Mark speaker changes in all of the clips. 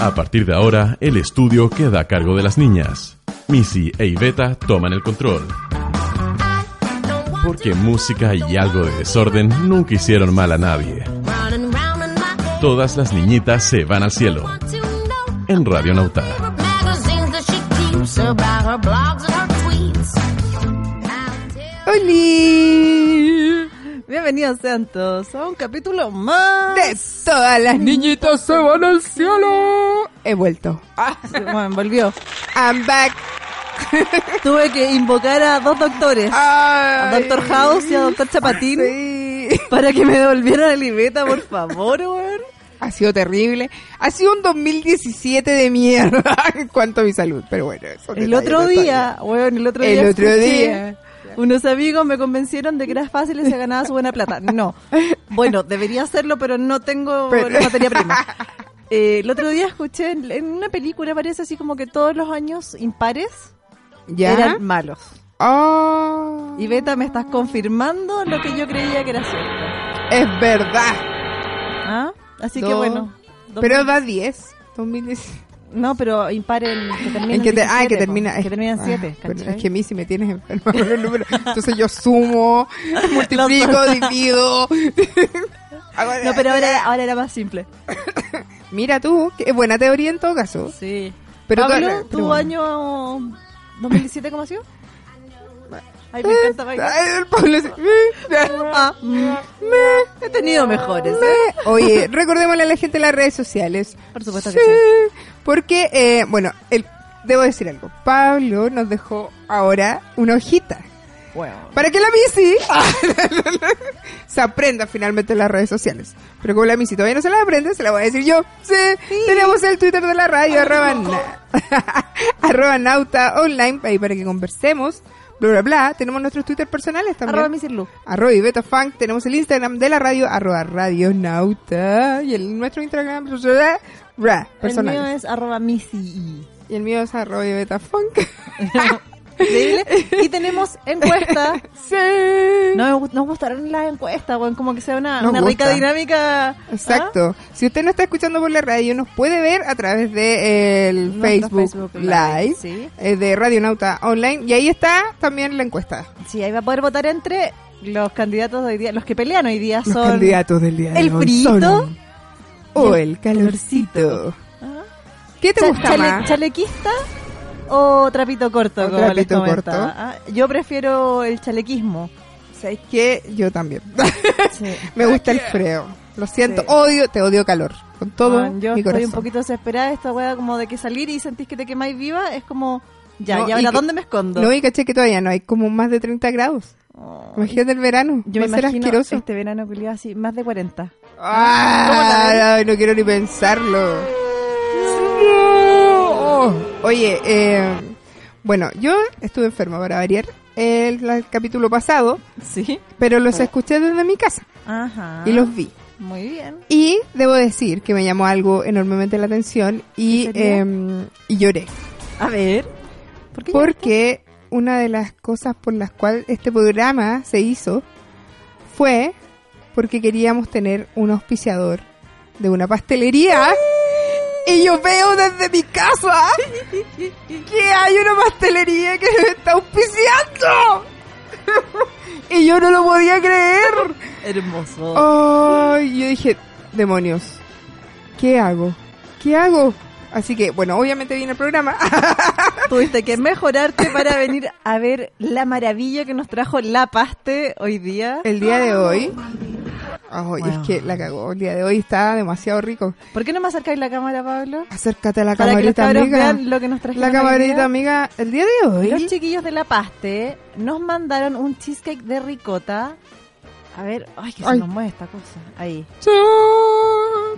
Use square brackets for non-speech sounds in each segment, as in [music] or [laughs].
Speaker 1: A partir de ahora, el estudio queda a cargo de las niñas. Missy e Iveta toman el control. Porque música y algo de desorden nunca hicieron mal a nadie. Todas las niñitas se van al cielo. En Radio Nauta.
Speaker 2: ¡Holi! Bienvenidos sean todos a un capítulo más.
Speaker 3: De todas las niñitas se van al cielo. Ah. He vuelto.
Speaker 2: Se me envolvió.
Speaker 3: I'm back.
Speaker 2: Tuve que invocar a dos doctores, a
Speaker 3: Ay.
Speaker 2: Doctor House y a Doctor Chapatín,
Speaker 3: Sí.
Speaker 2: para que me devolvieran a Libeta, por favor, weón.
Speaker 3: Ha sido terrible. Ha sido un 2017 de mierda [laughs] en cuanto a mi salud. Pero bueno, eso
Speaker 2: El otro día, weón, el otro
Speaker 3: El
Speaker 2: día.
Speaker 3: otro
Speaker 2: escuché,
Speaker 3: día.
Speaker 2: Unos amigos me convencieron de que era fácil y se ganaba su buena plata. No. Bueno, debería hacerlo, pero no tengo
Speaker 3: [laughs] Pero-
Speaker 2: la materia prima. Eh, el otro día escuché en, en una película, parece así como que todos los años impares
Speaker 3: ¿Ya?
Speaker 2: eran malos.
Speaker 3: Oh,
Speaker 2: Y Beta, me estás confirmando lo que yo creía que era cierto.
Speaker 3: es verdad.
Speaker 2: ¿Ah? Así que
Speaker 3: Do-
Speaker 2: bueno. dos
Speaker 3: Pero
Speaker 2: mil-
Speaker 3: da 10. 2017.
Speaker 2: no, pero impar en que termina
Speaker 3: En que te- ah, en que
Speaker 2: 17, po,
Speaker 3: termina.
Speaker 2: que termina en 7.
Speaker 3: Ah, bueno, es que a mí si me tienes enferma con los números. Entonces yo
Speaker 2: [laughs]
Speaker 3: sumo, multiplico, divido. Ahora-
Speaker 2: No, pero ahora, ahora era más simple.
Speaker 3: Mira tú, qué buena teoría en todo caso.
Speaker 2: Sí.
Speaker 3: Pero tú-
Speaker 2: Pablo,
Speaker 3: pero
Speaker 2: tu
Speaker 3: bueno.
Speaker 2: año 2017, ¿cómo ha sido? Ay, me encanta bailar.
Speaker 3: Ay, el Pablo se-
Speaker 2: Ah, mm, he tenido mejores. ¿eh?
Speaker 3: [laughs] Oye, recordémosle a la gente las redes sociales.
Speaker 2: Por supuesto
Speaker 3: Sí,
Speaker 2: que
Speaker 3: Porque, eh, bueno, el, debo decir algo. Pablo nos dejó ahora una hojita.
Speaker 2: Bueno.
Speaker 3: Para que la Missy [laughs] se aprenda finalmente las redes sociales. Pero como la Missy todavía no se las aprende, se la voy a decir yo. Sí, tenemos el Twitter de la radio, arroba, na- [laughs] arroba nauta online, ahí para que conversemos. Bla, bla, bla. Tenemos nuestros Twitter personales también.
Speaker 2: Arroba Missy Lu.
Speaker 3: Arroba Ibeto Funk, tenemos el Instagram de la radio, arroba Radio Nauta. Y el nuestro Instagram, ra, ra,
Speaker 2: El mío
Speaker 3: personal.
Speaker 2: es arroba Missy. I.
Speaker 3: Y el mío es arroba Ibeto Funk.
Speaker 2: Increíble. Y tenemos
Speaker 3: [laughs]
Speaker 2: encuestas
Speaker 3: [laughs] sí.
Speaker 2: No me gust- nos gustaron las encuestas, weón, como que sea una,
Speaker 3: Nos
Speaker 2: una rica
Speaker 3: gusta.
Speaker 2: dinámica. ¿ah?
Speaker 3: Exacto. Si usted no está escuchando por la radio, nos puede ver a través de eh, el
Speaker 2: Nuestro
Speaker 3: Facebook,
Speaker 2: Facebook Live,
Speaker 3: Live,
Speaker 2: sí.
Speaker 3: eh, de Radio Nauta Online. Y ahí está también la encuesta.
Speaker 2: Sí, ahí va a poder votar entre los candidatos de hoy día, los que pelean hoy día
Speaker 3: Los
Speaker 2: son...
Speaker 3: candidatos del día de
Speaker 2: el
Speaker 3: hoy
Speaker 2: frito
Speaker 3: son- o
Speaker 2: y
Speaker 3: el calorcito.
Speaker 2: ¿ah?
Speaker 3: ¿Qué te
Speaker 2: Cha-
Speaker 3: gusta
Speaker 2: chale-
Speaker 3: más?
Speaker 2: ¿Chalequista o trapito corto?
Speaker 3: O
Speaker 2: como les
Speaker 3: trapito
Speaker 2: comentaba,
Speaker 3: corto.
Speaker 2: ¿ah? Yo prefiero el
Speaker 3: [laughs]
Speaker 2: chalequismo.
Speaker 3: ¿Sabes qué? Yo también. [laughs]
Speaker 2: Sí.
Speaker 3: Me gusta el frío. Lo siento.
Speaker 2: Sí.
Speaker 3: Odio, te odio calor. Con todo
Speaker 2: Weón, yo
Speaker 3: mi
Speaker 2: estoy un
Speaker 3: corazón.
Speaker 2: poquito desesperada de esta weá como de que salir y sentís que te quemáis viva, es como... Ya,
Speaker 3: No,
Speaker 2: ¿y
Speaker 3: y
Speaker 2: ahora
Speaker 3: que-
Speaker 2: dónde me escondo?
Speaker 3: No, y caché que todavía no hay como más de 30 grados.
Speaker 2: Oh,
Speaker 3: Imagínate el verano.
Speaker 2: yo
Speaker 3: Va
Speaker 2: me
Speaker 3: a ser
Speaker 2: imagino
Speaker 3: asqueroso.
Speaker 2: este verano peleado así, más de 40.
Speaker 3: Ay, no quiero ni pensarlo. No. Oye, eh, bueno, yo estuve enferma para variar el, el capítulo pasado,
Speaker 2: ¿Sí?
Speaker 3: pero los escuché desde mi casa
Speaker 2: Ajá.
Speaker 3: y los vi.
Speaker 2: Muy bien.
Speaker 3: Y debo decir que me llamó algo enormemente la atención y,
Speaker 2: ¿En serio?
Speaker 3: eh, y lloré.
Speaker 2: A ver. ¿Por qué?
Speaker 3: Porque una de las cosas por las cuales este programa se hizo fue porque queríamos tener un auspiciador de una pastelería. Y yo veo desde mi casa que hay una pastelería que me está auspiciando. Y yo no lo podía creer.
Speaker 2: Hermoso.
Speaker 3: Oh. Ay, yo dije, demonios, ¿qué hago? ¿Qué hago? Así que, bueno, obviamente viene el programa.
Speaker 2: Tuviste que mejorarte para venir a ver la maravilla que nos trajo la paste hoy día.
Speaker 3: El día de hoy. Ay,
Speaker 2: Wow.
Speaker 3: es que la cagó. El día de hoy está demasiado rico.
Speaker 2: ¿Por qué no me acercáis la cámara, Pablo?
Speaker 3: Acércate a la
Speaker 2: Para que los
Speaker 3: camarita
Speaker 2: cabros
Speaker 3: amiga.
Speaker 2: vean lo que nos trajeron
Speaker 3: La
Speaker 2: hoy
Speaker 3: camarita
Speaker 2: día.
Speaker 3: amiga. El día de
Speaker 2: Los
Speaker 3: hoy.
Speaker 2: chiquillos de la paste nos mandaron un cheesecake de ricota. A ver, ay, que se
Speaker 3: Ay.
Speaker 2: nos mueve esta cosa. Ahí,
Speaker 3: Chao.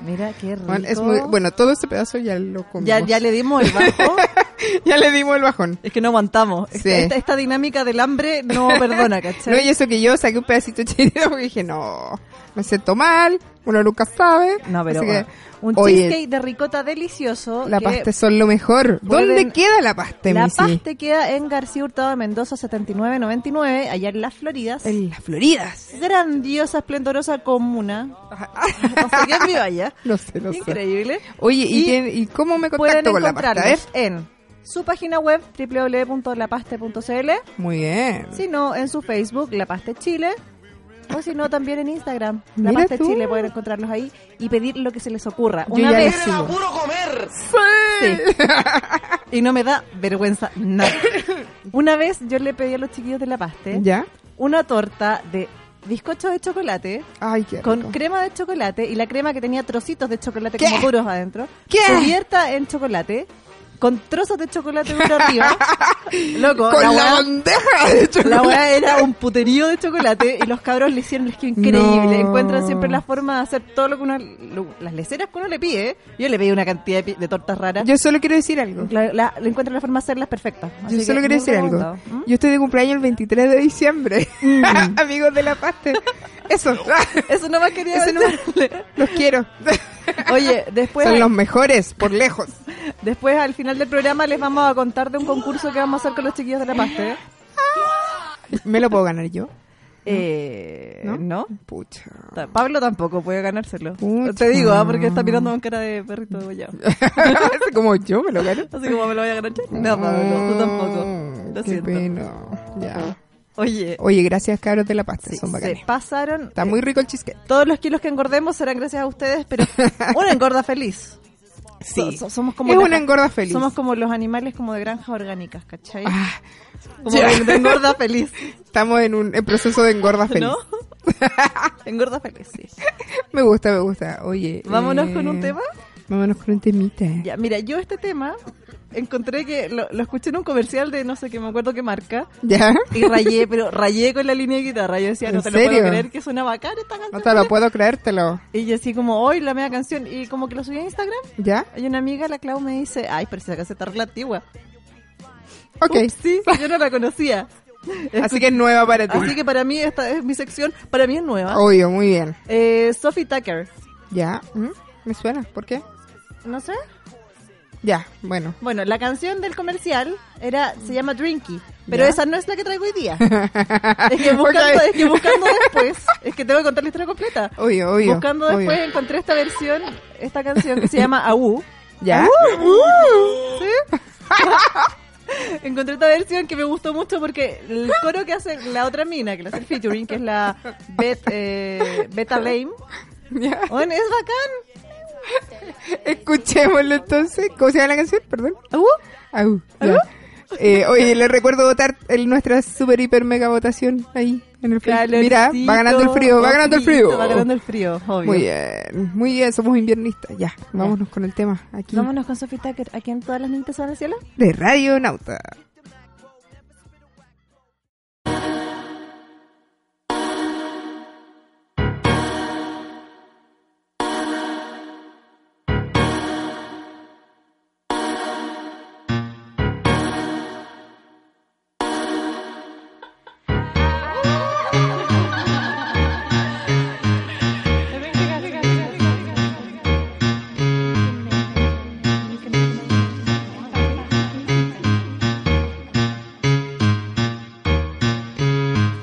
Speaker 2: mira qué rico.
Speaker 3: Bueno, es muy, bueno, todo este pedazo ya lo comimos.
Speaker 2: ya, ya le dimos el bajo.
Speaker 3: [laughs] Ya le dimos el bajón.
Speaker 2: es que no aguantamos. Esta-
Speaker 3: Sí.
Speaker 2: Esta, esta dinámica del hambre no perdona, ¿cachai?
Speaker 3: No, y eso que yo saqué un pedacito chido porque dije, no, me siento mal, uno nunca sabe.
Speaker 2: No, pero
Speaker 3: Así que,
Speaker 2: bueno, un
Speaker 3: oye,
Speaker 2: cheesecake de ricota delicioso.
Speaker 3: la
Speaker 2: que
Speaker 3: paste son lo mejor.
Speaker 2: pueden-
Speaker 3: ¿Dónde queda la paste,
Speaker 2: La
Speaker 3: Missy?
Speaker 2: paste queda en García Hurtado de Mendoza 7999, allá en Las Floridas.
Speaker 3: En las
Speaker 2: [laughs]
Speaker 3: Floridas. [laughs]
Speaker 2: Grandiosa, esplendorosa comuna. No sé quién
Speaker 3: [laughs]
Speaker 2: vive allá.
Speaker 3: No sé, no sé.
Speaker 2: Increíble.
Speaker 3: Oye, ¿y,
Speaker 2: Y
Speaker 3: tiene- ¿y cómo me
Speaker 2: Pueden
Speaker 3: contacto con la pasta? ¿eh? A ver.
Speaker 2: encontrarnos en su página web www.lapaste.cl,
Speaker 3: Muy bien.
Speaker 2: si no en su Facebook La Paste Chile o si no también en Instagram La
Speaker 3: Mira
Speaker 2: Paste
Speaker 3: tú.
Speaker 2: Chile pueden encontrarlos ahí y pedir lo que se les ocurra.
Speaker 3: Yo
Speaker 2: Una
Speaker 3: ya
Speaker 2: vez
Speaker 3: les sigo.
Speaker 2: Sí. y no me da vergüenza nada. [laughs] Una vez yo le pedí a los chiquillos de La Paste
Speaker 3: ¿Ya?
Speaker 2: una torta de bizcocho de chocolate
Speaker 3: Ay, qué
Speaker 2: con
Speaker 3: rico.
Speaker 2: crema de chocolate y la crema que tenía trocitos de chocolate
Speaker 3: ¿Qué?
Speaker 2: como duros adentro,
Speaker 3: ¿Qué?
Speaker 2: cubierta en chocolate, con trozos de chocolate duro arriba. Loco,
Speaker 3: Con
Speaker 2: la
Speaker 3: la,
Speaker 2: weá,
Speaker 3: bandeja de chocolate.
Speaker 2: la weá era un puterío de chocolate y los cabros le hicieron es que increíble.
Speaker 3: No.
Speaker 2: Encuentran siempre la forma de hacer todo lo que uno, lo- las leceras que uno le pide. Yo le pedí una cantidad de, pi- de tortas raras.
Speaker 3: Yo solo quiero decir algo.
Speaker 2: La- la- le encuentran la forma de hacerlas perfectas.
Speaker 3: Yo
Speaker 2: Así
Speaker 3: solo
Speaker 2: que
Speaker 3: quiero
Speaker 2: muy
Speaker 3: decir algo.
Speaker 2: recomendado. ¿Mm?
Speaker 3: Yo estoy de cumpleaños el 23 de diciembre. [laughs] Amigos de la paste.
Speaker 2: [laughs]
Speaker 3: Eso.
Speaker 2: Eso nomás quería
Speaker 3: Eso nomás.
Speaker 2: decirle.
Speaker 3: los quiero.
Speaker 2: [laughs] Oye, después
Speaker 3: Son los mejores, por lejos.
Speaker 2: Después, al final del programa, les vamos a contar de un concurso que vamos a hacer con los chiquillos de la ¿eh? paste.
Speaker 3: ¿Me lo puedo ganar yo?
Speaker 2: Eh,
Speaker 3: ¿No?
Speaker 2: ¿No?
Speaker 3: Pucha. [laughs]
Speaker 2: Ta- Pablo tampoco puede ganárselo.
Speaker 3: Pucha.
Speaker 2: Te digo, ah, porque está mirando con cara de perrito degollado.
Speaker 3: Así Como yo me lo gano.
Speaker 2: Así como me lo voy a ganar. yo. No, Pablo, tú tampoco.
Speaker 3: Mm,
Speaker 2: Lo
Speaker 3: qué
Speaker 2: siento.
Speaker 3: pena. Ya.
Speaker 2: Oye,
Speaker 3: Oye, gracias, cabros de la pasta.
Speaker 2: sí,
Speaker 3: Son
Speaker 2: se
Speaker 3: bacanes.
Speaker 2: pasaron. eh,
Speaker 3: Está muy rico el cheesecake.
Speaker 2: Todos los kilos que engordemos serán gracias a ustedes,
Speaker 3: [laughs]
Speaker 2: pero una engorda feliz. So- so- somos como
Speaker 3: Es
Speaker 2: las-
Speaker 3: una engorda feliz.
Speaker 2: Somos como los animales como de granjas orgánicas, ¿cachai?
Speaker 3: Ah,
Speaker 2: como
Speaker 3: ya.
Speaker 2: de- de engorda
Speaker 3: [laughs]
Speaker 2: feliz.
Speaker 3: estamos en un en proceso de engorda feliz.
Speaker 2: ¿No? [laughs] Engorda feliz, sí.
Speaker 3: Me gusta, me gusta. Oye.
Speaker 2: Vámonos
Speaker 3: eh,
Speaker 2: con un tema.
Speaker 3: Vámonos con un temita.
Speaker 2: Ya, mira, yo este tema encontré que lo, lo escuché en un comercial de no sé qué, me acuerdo qué marca.
Speaker 3: ¿Ya?
Speaker 2: Y rayé, [laughs] pero rayé con la línea de guitarra. Yo decía, no
Speaker 3: ¿En
Speaker 2: te lo
Speaker 3: serio?
Speaker 2: puedo creer que suena bacán esta canción.
Speaker 3: No te lo puedo creértelo.
Speaker 2: Y yo así como, hoy la media canción. Y como que lo subí a Instagram.
Speaker 3: ¿Ya?
Speaker 2: Hay una amiga, la Clau, me dice, ay, pero esa canción está re antigua.
Speaker 3: Ok.
Speaker 2: Ups, sí, yo no la conocía.
Speaker 3: Así que es nueva para ti.
Speaker 2: Así que para mí, esta es mi sección, para mí es nueva.
Speaker 3: Obvio, muy bien.
Speaker 2: Eh, Sophie Tucker.
Speaker 3: ¿Ya? ¿Mm? ¿Me suena? ¿Por qué?
Speaker 2: No sé.
Speaker 3: Ya, bueno.
Speaker 2: Bueno, la canción del comercial era se llama Drinky, pero
Speaker 3: ¿Ya?
Speaker 2: esa no es la que traigo hoy
Speaker 3: [laughs]
Speaker 2: día. es, que buscando,
Speaker 3: Ok.
Speaker 2: es que buscando después, es que tengo que contar la historia completa.
Speaker 3: Obvio, obvio.
Speaker 2: buscando
Speaker 3: obvio.
Speaker 2: después encontré esta versión, esta canción que se llama Aú.
Speaker 3: ¿Ya?
Speaker 2: ¡Uh! [laughs] Encontré esta versión que me gustó mucho porque el coro que hace la otra mina, que la hace el featuring, que es la Bet, eh, Beta Lame,
Speaker 3: [laughs] Ya.
Speaker 2: bueno, es bacán.
Speaker 3: Escuchémoslo entonces. ¿Cómo se llama la canción? Perdón.
Speaker 2: Aú.
Speaker 3: Au, ya. Eh, oye, les recuerdo votar en nuestra super hiper mega votación ahí en el Facebook. Mira, va ganando el frío, va ganando el frío.
Speaker 2: Va ganando el frío, obvio.
Speaker 3: Muy bien, muy bien, somos inviernistas. Ya, vámonos con el tema aquí
Speaker 2: Vámonos con Sophie Tucker, aquí en todas las mentes van al cielo.
Speaker 3: de Radio Nauta.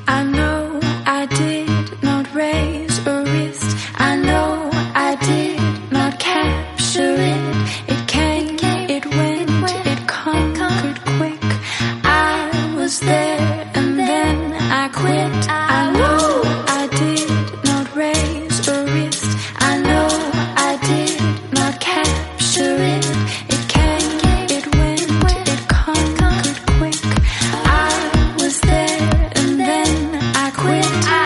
Speaker 4: I know I did not raise a wrist. I know I did not capture it. It came, it went, it conquered quick. I was there and then I quit. I know I did not raise a wrist. I know I did not capture it. It came, it went, it conquered quick. I was there and then I quit. I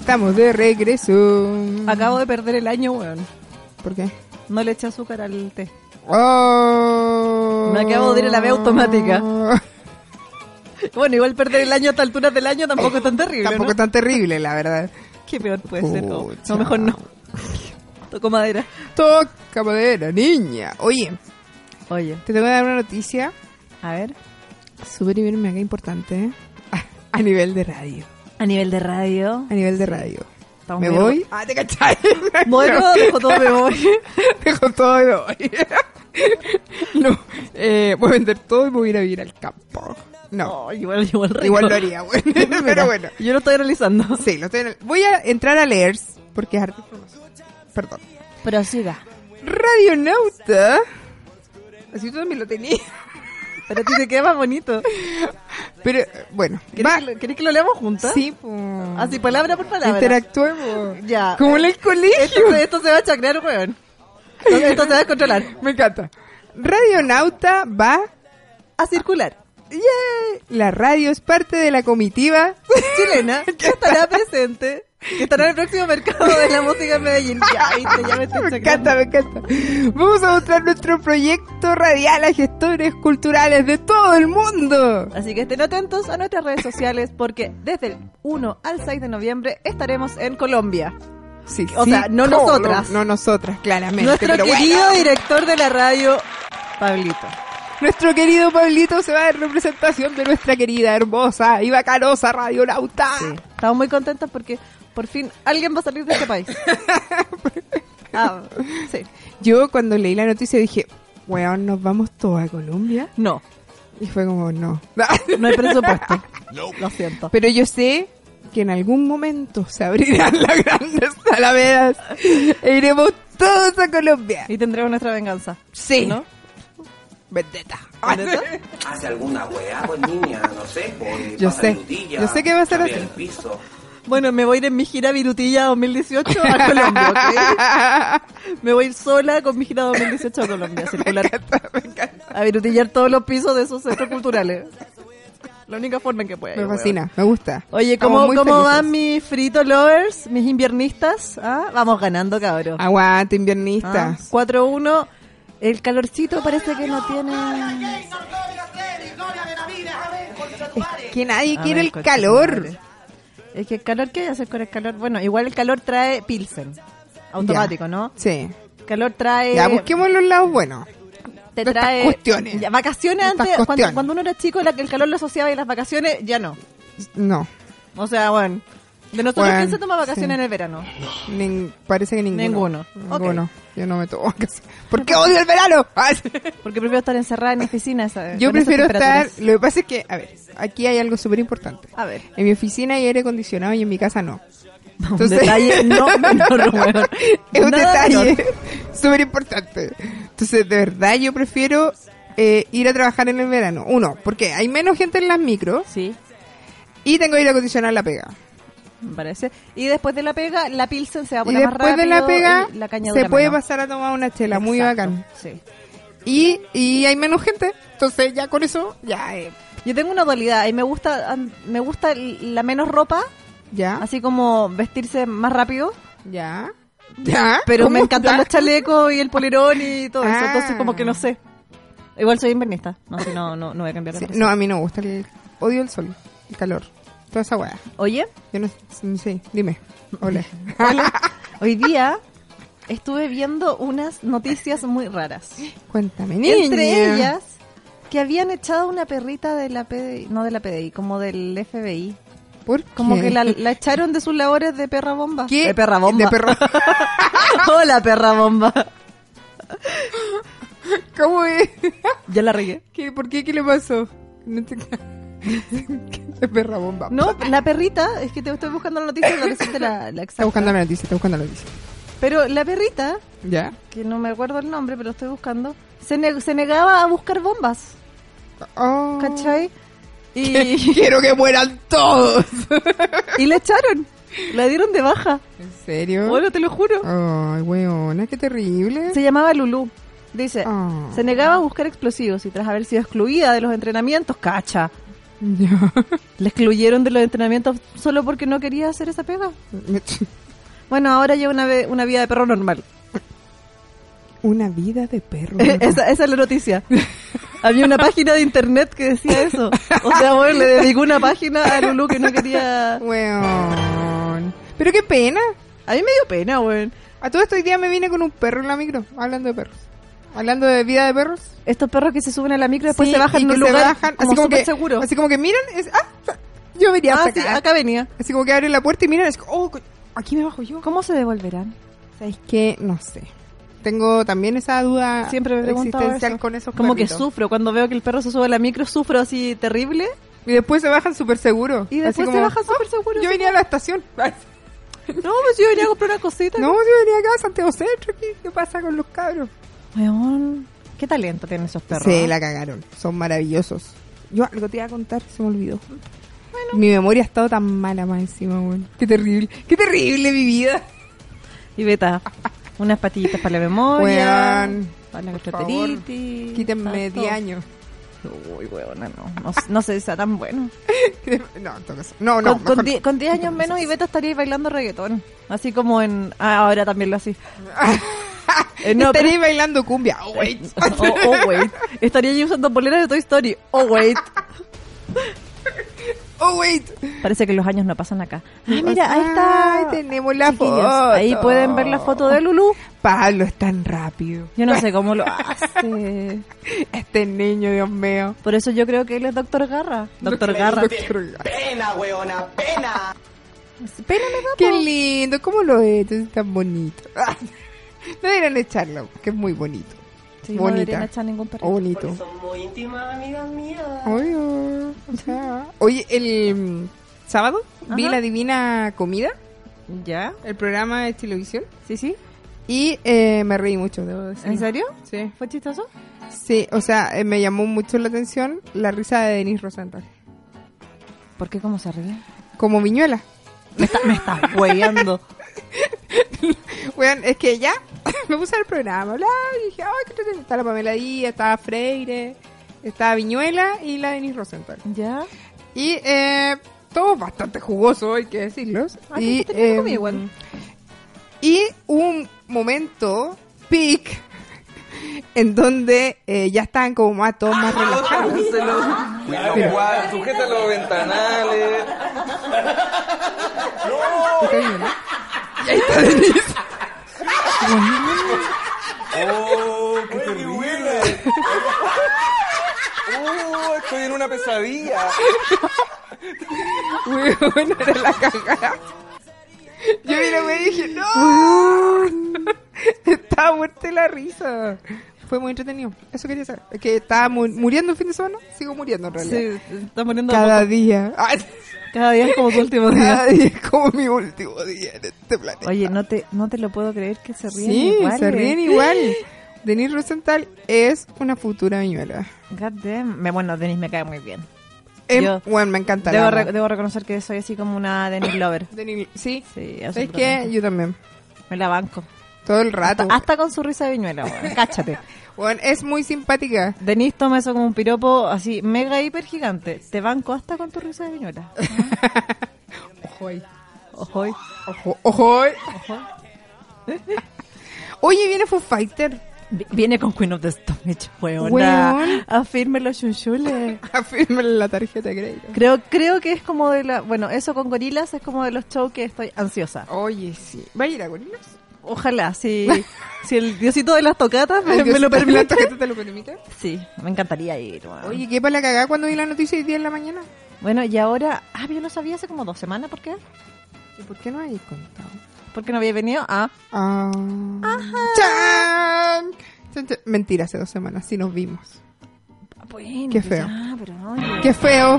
Speaker 3: Estamos de regreso.
Speaker 2: Mm. Acabo de perder el año, weón.
Speaker 3: ¿Por qué?
Speaker 2: No le eché azúcar al té. [laughs]
Speaker 3: Oh.
Speaker 2: Me acabo de ir a la B automática. Bueno, igual perder el año a esta altura del año tampoco es tan terrible.
Speaker 3: Tampoco
Speaker 2: ¿no?
Speaker 3: es tan terrible, la verdad.
Speaker 2: Qué peor puede ser. Oh,
Speaker 3: Pucha.
Speaker 2: no,
Speaker 3: [laughs]
Speaker 2: mejor no. Toco madera.
Speaker 3: Toca madera, niña. Oye,
Speaker 2: Oye,
Speaker 3: te tengo que dar una noticia
Speaker 2: a ver.
Speaker 3: súper hiper mega importante ¿eh? a nivel de radio.
Speaker 2: A nivel de radio.
Speaker 3: A nivel de radio.
Speaker 2: estamos
Speaker 3: ¿Me
Speaker 2: medio-
Speaker 3: voy? Ah, te
Speaker 2: [laughs]
Speaker 3: cachai.
Speaker 2: Bueno, dejo todo,
Speaker 3: [laughs]
Speaker 2: me voy.
Speaker 3: Dejo todo y me voy. [laughs] no, eh, voy a vender todo y me voy a ir a vivir al campo. No,
Speaker 2: No, igual, igual rico.
Speaker 3: igual lo
Speaker 2: [laughs]
Speaker 3: haría, güey. [laughs]
Speaker 2: Mira,
Speaker 3: Pero bueno.
Speaker 2: Yo lo estoy realizando.
Speaker 3: Sí, lo estoy en el- Voy a entrar a leers porque es harta información. Perdón.
Speaker 2: Pero siga.
Speaker 3: Radionauta. Así tú también lo tenías.
Speaker 2: [laughs] Pero a ti te queda más bonito.
Speaker 3: Pero eh, bueno,
Speaker 2: ¿Querés,
Speaker 3: va.
Speaker 2: que lo, querés que lo leamos juntas?
Speaker 3: Sí,
Speaker 2: Así, palabra por palabra.
Speaker 3: interactuemos.
Speaker 2: Ya.
Speaker 3: Como en el colegio.
Speaker 2: Esto, esto se va a chacrear, weón. Esto se va a controlar.
Speaker 3: [laughs] Me encanta. Radionauta va.
Speaker 2: A circular.
Speaker 3: ¡Yay! La radio es parte de la comitiva. [laughs]
Speaker 2: Chilena, que estará presente. Que estará en el próximo mercado de la música en Medellín. Ya, viste, ya me estoy
Speaker 3: me
Speaker 2: chacreando.
Speaker 3: encanta, me encanta. Vamos a mostrar nuestro proyecto radial a gestores culturales de todo el mundo.
Speaker 2: Así que estén atentos a nuestras redes sociales porque desde el 1 al 6 de noviembre estaremos en Colombia.
Speaker 3: Sí,
Speaker 2: O sea, no
Speaker 3: ¿cómo
Speaker 2: nosotras.
Speaker 3: No, no nosotras, claramente.
Speaker 2: Nuestro
Speaker 3: pero bueno.
Speaker 2: querido director de la radio, Pablito.
Speaker 3: Nuestro querido Pablito se va en representación de nuestra querida, hermosa y bacanosa radionauta.
Speaker 2: Sí. Estamos muy contentos porque por fin alguien va a salir de
Speaker 3: [laughs]
Speaker 2: este país. Ah, sí.
Speaker 3: Yo cuando leí la noticia dije, weón, nos vamos todos a Colombia.
Speaker 2: No,
Speaker 3: Y fue como,
Speaker 2: [laughs]
Speaker 3: no. [laughs]
Speaker 2: no hay presupuesto. Lo siento.
Speaker 3: Pero yo sé que en algún momento se abrirán [laughs] las grandes alamedas e iremos todos a Colombia.
Speaker 2: Y tendremos nuestra venganza.
Speaker 3: Sí. Ah,
Speaker 2: ¿No?
Speaker 3: Vendetta. [laughs]
Speaker 2: ¿Vendetta?
Speaker 5: hace alguna weá, pues niña, no sé, pues,
Speaker 3: Yo
Speaker 5: pasa
Speaker 3: sé,
Speaker 5: virutilla,
Speaker 3: yo sé que va a ser
Speaker 5: cambia
Speaker 3: así.
Speaker 5: el piso.
Speaker 2: Bueno, me voy a ir en mi gira Virutilla 2018 a Colombia,
Speaker 3: [laughs]
Speaker 2: ¿ok? Me voy a ir sola con mi gira 2018 a Colombia, a circular, a virutillar todos los pisos de esos centros culturales. La única forma en que pueda.
Speaker 3: Me
Speaker 2: weón.
Speaker 3: fascina, me gusta.
Speaker 2: Oye,
Speaker 3: Estamos
Speaker 2: ¿cómo,
Speaker 3: muy
Speaker 2: cómo
Speaker 3: felices.
Speaker 2: van mis frito lovers, mis inviernistas? ¿Ah? Vamos ganando, cabrón.
Speaker 3: Aguante,
Speaker 2: Ah,
Speaker 3: inviernistas.
Speaker 2: 4-1. El calorcito parece que no tiene...
Speaker 3: Que nadie
Speaker 2: A
Speaker 3: quiere
Speaker 2: ver,
Speaker 3: el
Speaker 2: coche,
Speaker 3: calor.
Speaker 2: madre. Es que el calor, ¿qué haces con el calor? Bueno, igual el calor trae Pilsen. Automático,
Speaker 3: Ya.
Speaker 2: ¿no? Eh,
Speaker 3: Sí.
Speaker 2: El calor trae...
Speaker 3: Ya, busquemos los lados buenos.
Speaker 2: te
Speaker 3: de estas
Speaker 2: trae
Speaker 3: cuestiones.
Speaker 2: Ya, vacaciones
Speaker 3: De estas
Speaker 2: antes,
Speaker 3: cuestiones.
Speaker 2: cuando, cuando uno era chico, la- el calor lo asociaba y las vacaciones ya no.
Speaker 3: No.
Speaker 2: O sea, bueno, de nosotros
Speaker 3: Bueno,
Speaker 2: quién se toma vacaciones
Speaker 3: sí.
Speaker 2: en el verano. [laughs]
Speaker 3: Nin- parece que ninguno.
Speaker 2: Ninguno.
Speaker 3: Ninguno. Yo no me tomo [laughs] vacaciones. ¿Por qué odio el
Speaker 2: [laughs]
Speaker 3: verano? Ah, sí.
Speaker 2: Porque prefiero estar encerrada en mi oficina. esa-
Speaker 3: Yo
Speaker 2: con esas
Speaker 3: prefiero estar.
Speaker 2: temperaturas.
Speaker 3: Lo que pasa es que, a ver, aquí hay algo súper importante. [laughs]
Speaker 2: A ver,
Speaker 3: En mi oficina hay aire acondicionado y en mi casa no.
Speaker 2: un
Speaker 3: Entonces-
Speaker 2: [laughs]
Speaker 3: [laughs]
Speaker 2: detalle no menor, weón.
Speaker 3: es un
Speaker 2: Nada menor.
Speaker 3: detalle [laughs] súper importante. Entonces, de verdad, yo prefiero eh, ir a trabajar en el verano. Uno, porque hay menos gente en las micros
Speaker 2: Sí,
Speaker 3: y tengo aire acondicionado en la pega.
Speaker 2: me parece. Y después de la pega, la pilsen se va
Speaker 3: Y
Speaker 2: a poner más
Speaker 3: después
Speaker 2: rápido.
Speaker 3: de la pega,
Speaker 2: y la caña
Speaker 3: se
Speaker 2: dura
Speaker 3: puede
Speaker 2: menos.
Speaker 3: pasar a tomar una chela, muy
Speaker 2: Exacto,
Speaker 3: bacán.
Speaker 2: Sí.
Speaker 3: Y, y hay menos gente, entonces ya con eso, ya, eh,
Speaker 2: Yo tengo una dualidad y me gusta, am- me gusta la menos ropa,
Speaker 3: ya,
Speaker 2: así como vestirse más rápido.
Speaker 3: ya, ya.
Speaker 2: Pero
Speaker 3: ¿Cómo
Speaker 2: me encantan
Speaker 3: está?
Speaker 2: los chalecos y el polerón y todo eso.
Speaker 3: Ah.
Speaker 2: Entonces, como que no sé. Igual soy invernista. No, si no, no, no voy a cambiar de
Speaker 3: Sí,
Speaker 2: cosa.
Speaker 3: no, a mí no me gusta, el, odio el sol, el calor, toda esa weá.
Speaker 2: Oye,
Speaker 3: Yo no, sí, dime,
Speaker 2: [laughs]
Speaker 3: hola.
Speaker 2: hoy día estuve viendo unas noticias muy raras.
Speaker 3: Cuéntame, niña.
Speaker 2: Entre ellas, que habían echado una perrita de la PDI, no de la PDI, como del FBI.
Speaker 3: ¿Por
Speaker 2: Como
Speaker 3: qué?
Speaker 2: que la, la echaron de sus labores de perra bomba.
Speaker 3: ¿Qué?
Speaker 2: De perra bomba.
Speaker 3: De perra-
Speaker 2: [laughs] Hola, perra bomba.
Speaker 3: [laughs] ¿Cómo es? [laughs]
Speaker 2: Ya la regué.
Speaker 3: ¿Qué- ¿Por qué? ¿Qué le pasó? No te... [laughs] de perra bomba.
Speaker 2: No, la perrita, es que te estoy buscando la noticia, la receta la, la
Speaker 3: Está
Speaker 2: exacta.
Speaker 3: buscando la noticia, está buscando la noticia.
Speaker 2: Pero la perrita
Speaker 3: ¿Ya?
Speaker 2: que no me acuerdo el nombre, pero lo estoy buscando, se, ne- se negaba a buscar bombas,
Speaker 3: Oh.
Speaker 2: ¿cachai? Y,
Speaker 3: [laughs] Quiero que mueran todos. [laughs]
Speaker 2: y la echaron, la dieron de baja,
Speaker 3: ¿En serio?
Speaker 2: bueno, te lo juro.
Speaker 3: Ah. Ay, weona, qué terrible.
Speaker 2: Se llamaba Lulú, dice,
Speaker 3: Ah.
Speaker 2: se negaba a buscar explosivos y tras haber sido excluida de los entrenamientos, cacha,
Speaker 3: [laughs] Ya. [laughs]
Speaker 2: La excluyeron de los entrenamientos solo porque no quería hacer esa pega. Bueno, ahora lleva una, ve- una vida de perro normal.
Speaker 3: Una vida de perro.
Speaker 2: [laughs] esa, esa es la noticia. Había una página de internet que decía eso. O sea, bueno, le dedicó una página a Lulu que no quería...
Speaker 3: Weón. Pero qué pena.
Speaker 2: A mí me dio pena, weón.
Speaker 3: A todo esto hoy día me vine con un perro en la micro, hablando de perros. Hablando de vida de perros.
Speaker 2: Estos perros que se suben a la micro después
Speaker 3: Sí,
Speaker 2: se bajan
Speaker 3: y
Speaker 2: en
Speaker 3: que
Speaker 2: un
Speaker 3: se
Speaker 2: lugar
Speaker 3: bajan,
Speaker 2: como
Speaker 3: así como
Speaker 2: súper
Speaker 3: que,
Speaker 2: seguro.
Speaker 3: Así como que miran, es, ah, yo venía
Speaker 2: Ah,
Speaker 3: hasta
Speaker 2: sí,
Speaker 3: acá.
Speaker 2: acá venía.
Speaker 3: Así como que abren la puerta y miran, es como, oh, co- aquí me bajo yo.
Speaker 2: ¿Cómo se devolverán?
Speaker 3: ¿Sabes qué? No sé. Tengo también esa duda
Speaker 2: Siempre me he preguntado
Speaker 3: existencial
Speaker 2: eso.
Speaker 3: con esos
Speaker 2: Ah, Como que
Speaker 3: perritos.
Speaker 2: sufro. Cuando veo que el perro se sube a la micro, sufro así terrible.
Speaker 3: Y después se bajan súper seguro.
Speaker 2: Y después se bajan súper seguro,
Speaker 3: "Ah, Yo
Speaker 2: así
Speaker 3: venía a la
Speaker 2: [laughs]
Speaker 3: estación. No,
Speaker 2: No, pues yo venía a comprar una cosita.
Speaker 3: yo venía acá a Santiago Centro. Aquí. ¿Qué pasa con los cabros?
Speaker 2: Weón, qué talento tienen esos perros.
Speaker 3: Se la cagaron. Son maravillosos. Yo algo te iba a contar, se me olvidó. Mi memoria ha estado tan mala más encima, bueno. Qué terrible. Qué terrible mi vida.
Speaker 2: Y beta, unas patillitas para la memoria,
Speaker 3: Weón,
Speaker 2: para la
Speaker 3: por favor,
Speaker 2: gastroenteritis.
Speaker 3: Quítenme
Speaker 2: para
Speaker 3: 10
Speaker 2: todo.
Speaker 3: años.
Speaker 2: Uy, weona, no. No, no sé si sea tan bueno.
Speaker 3: Quítenme- No, en todo caso. No, no.
Speaker 2: con, con
Speaker 3: mejor
Speaker 2: die- con 10 años menos, y Beta estaría ahí bailando reggaetón. Así como en. ah, ahora también lo así. [laughs] Eh,
Speaker 3: no.
Speaker 2: no, pero-
Speaker 3: Estaréis bailando cumbia. Oh, wait.
Speaker 2: [laughs] Oh, oh, wait. Estaría yo usando poleras de Toy Story. Oh, wait.
Speaker 3: [laughs] Oh, wait.
Speaker 2: Parece que los años no pasan acá. Ah, mira, ahí
Speaker 3: Ay,
Speaker 2: está.
Speaker 3: tenemos la
Speaker 2: Chiquillos,
Speaker 3: foto.
Speaker 2: Ahí pueden ver la foto de Lulu.
Speaker 3: Pablo es tan rápido.
Speaker 2: Yo no sé cómo lo
Speaker 3: [laughs]
Speaker 2: hace.
Speaker 3: Este niño, Dios mío.
Speaker 2: Por eso yo creo que él es Doctor Garra. Doctor Garra.
Speaker 3: Doctor Garra.
Speaker 5: Pena, weona, pena.
Speaker 2: Espérame, ¿no?
Speaker 3: Qué lindo, cómo lo he hecho, es tan bonito. [laughs] No deberían echarlo, que es muy bonito.
Speaker 2: Sí, no
Speaker 3: Bonita.
Speaker 2: deberían echar ningún perrito.
Speaker 3: Oh,
Speaker 5: Porque
Speaker 3: bonito.
Speaker 5: son muy íntimas, amigas mías.
Speaker 3: Oye, o sea, oye, el mm, sábado vi
Speaker 2: Ajá.
Speaker 3: La Divina Comida,
Speaker 2: ¿Ya?
Speaker 3: el programa de televisión,
Speaker 2: ¿Sí, sí?
Speaker 3: y eh, me reí mucho. debo decirlo.
Speaker 2: ¿En serio?
Speaker 3: Sí.
Speaker 2: ¿Fue chistoso?
Speaker 3: Sí, o sea, eh, me llamó mucho la atención la risa de Denise Rosenthal.
Speaker 2: ¿Por qué cómo se ríe?
Speaker 3: Como viñuela.
Speaker 2: Me está, me está hueveando.
Speaker 3: [laughs] Weón, es que ya [laughs] me puse el programa, bla, y dije, ay, qué entretenido. Está la Pamela Díaz, estaba Freire, estaba Viñuela y la Denise Rosenthal.
Speaker 2: ¿Ya?
Speaker 3: Y eh, todo bastante jugoso, hay que decirlos.
Speaker 2: Ah,
Speaker 3: y,
Speaker 2: sí, te tengo
Speaker 3: eh,
Speaker 2: conmigo igual.
Speaker 3: y un momento peak [laughs] en donde eh, ya estaban como más todos
Speaker 2: Ah,
Speaker 3: más relajados.
Speaker 6: Cuidado, guau, sujeta los ventanales.
Speaker 3: Estoy bien, ¿no?
Speaker 6: ¡Oh, qué terrible! ¡Oh, estoy en una pesadilla!
Speaker 3: Weón, era la cagada. Yo mira, me dije, ¡No! estaba muerta la risa. Fue muy entretenido. Eso quería saber. Es que estaba mu- muriendo el fin de semana. Sigo muriendo en realidad.
Speaker 2: Sí, está muriendo.
Speaker 3: Cada
Speaker 2: Cada,
Speaker 3: día. Ay,
Speaker 2: cada día es como tu último día.
Speaker 3: [laughs] Cada día es como mi último día en este planeta.
Speaker 2: Oye, no te, no te lo puedo creer que se ríen
Speaker 3: sí,
Speaker 2: igual.
Speaker 3: se ríen igual. Denise Rosenthal es una futura viñuela.
Speaker 2: God damn. Me- Bueno, Denise me cae muy bien.
Speaker 3: Em,
Speaker 2: Yo-
Speaker 3: bueno, me encanta. la
Speaker 2: Debo,
Speaker 3: amo.
Speaker 2: re- debo reconocer que soy así como una Denise Lover.
Speaker 3: Denise- sí.
Speaker 2: Sí,
Speaker 3: ¿Sabes
Speaker 2: absolutamente.
Speaker 3: qué? Yo también.
Speaker 2: Me la banco.
Speaker 3: Todo el rato.
Speaker 2: Hasta con su risa de
Speaker 3: [laughs]
Speaker 2: viñuela, weón. Cáchate.
Speaker 3: Bueno, es muy simpática.
Speaker 2: Denise toma eso como un piropo así mega hiper gigante. Te banco hasta con tu risa de viñuela.
Speaker 3: Ojo ahí.
Speaker 2: Ojo.
Speaker 3: Ojo, ojo. [laughs] Oye, viene Foo Fighter. [laughs]
Speaker 2: Vi- Viene con Queen of the Stone Age, weona.
Speaker 3: Weón.
Speaker 2: Afirme los chunchules.
Speaker 3: Afírmale la tarjeta de crédito.
Speaker 2: Creo, creo que es como de la. Bueno, eso con gorilas es como de los shows que estoy ansiosa.
Speaker 3: Oye, sí. ¿Va a ir a Gorilas?
Speaker 2: Ojalá, si, si el diosito de las tocatas [laughs] me,
Speaker 3: Ay, Dios,
Speaker 2: me lo
Speaker 3: ¿te- la
Speaker 2: permite. Ah.
Speaker 3: tarjeta te lo permite?
Speaker 2: Sí, me encantaría ir. weón.
Speaker 3: Oye, ¿qué para la cagada cuando vi la noticia hoy día en la mañana?
Speaker 2: Bueno, y ahora. Ah, yo lo sabía hace como dos semanas, ¿por qué?
Speaker 3: ¿Y por qué no habéis contado?
Speaker 2: Porque no había venido. Ah,
Speaker 3: Ah. ¡Chan! Chan, chan. Mentira, hace dos semanas, sí nos vimos.
Speaker 2: bueno.
Speaker 3: Qué feo.
Speaker 2: ya, Ah, pero no.
Speaker 3: ¡Qué feo!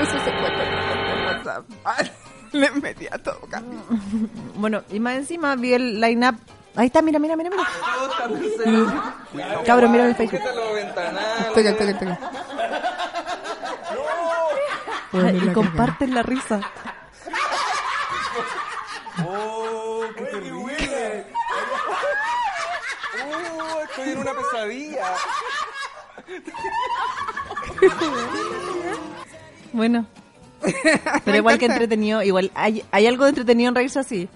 Speaker 3: Eso se puede en WhatsApp. Ay, Le metí a todo cambio.
Speaker 2: Bueno, y más encima vi el line-up. Ahí está, mira, mira, mira, mira. Cabrón, mira el Facebook.
Speaker 6: Sujeta los ventanales.
Speaker 3: Toca, toca, toca.
Speaker 2: Ah, y
Speaker 3: [laughs]
Speaker 2: comparten la risa.
Speaker 6: ¡Oh, qué terrible! ¡Oh, estoy en una pesadilla!
Speaker 2: Bueno. Pero igual que
Speaker 3: encanta.
Speaker 2: entretenido, igual hay, hay algo de entretenido en reírse así.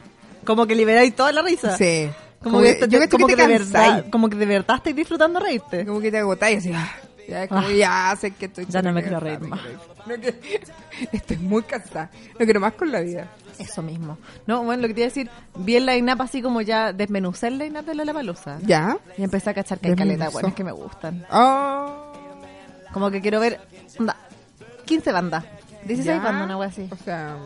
Speaker 2: Como que liberáis toda la risa.
Speaker 3: Sí.
Speaker 2: Como, que,
Speaker 3: yo cacho
Speaker 2: como
Speaker 3: que
Speaker 2: que
Speaker 3: te
Speaker 2: de
Speaker 3: cansáis.
Speaker 2: verdad, como que de verdad estáis disfrutando reírte.
Speaker 3: Como que te agotáis así. ah, Ya, es como,
Speaker 2: Ah.
Speaker 3: ya sé que estoy
Speaker 2: Ya no me
Speaker 3: cansada,
Speaker 2: quiero reír
Speaker 3: me
Speaker 2: más.
Speaker 3: quiero reír. No que- [laughs] estoy muy cansada. No quiero más con la vida.
Speaker 2: Eso mismo. No, bueno, lo que te iba a decir, vi el line-up así como ya desmenucé el line-up de la Palusa.
Speaker 3: ¿Ya?
Speaker 2: Y empecé a cachar que hay caleta,
Speaker 3: Desmenuzó.
Speaker 2: bueno, es que me gustan.
Speaker 3: Oh,
Speaker 2: Como que quiero ver onda, 15 bandas, 16
Speaker 3: ya.
Speaker 2: bandas, una wea así.
Speaker 3: O sea,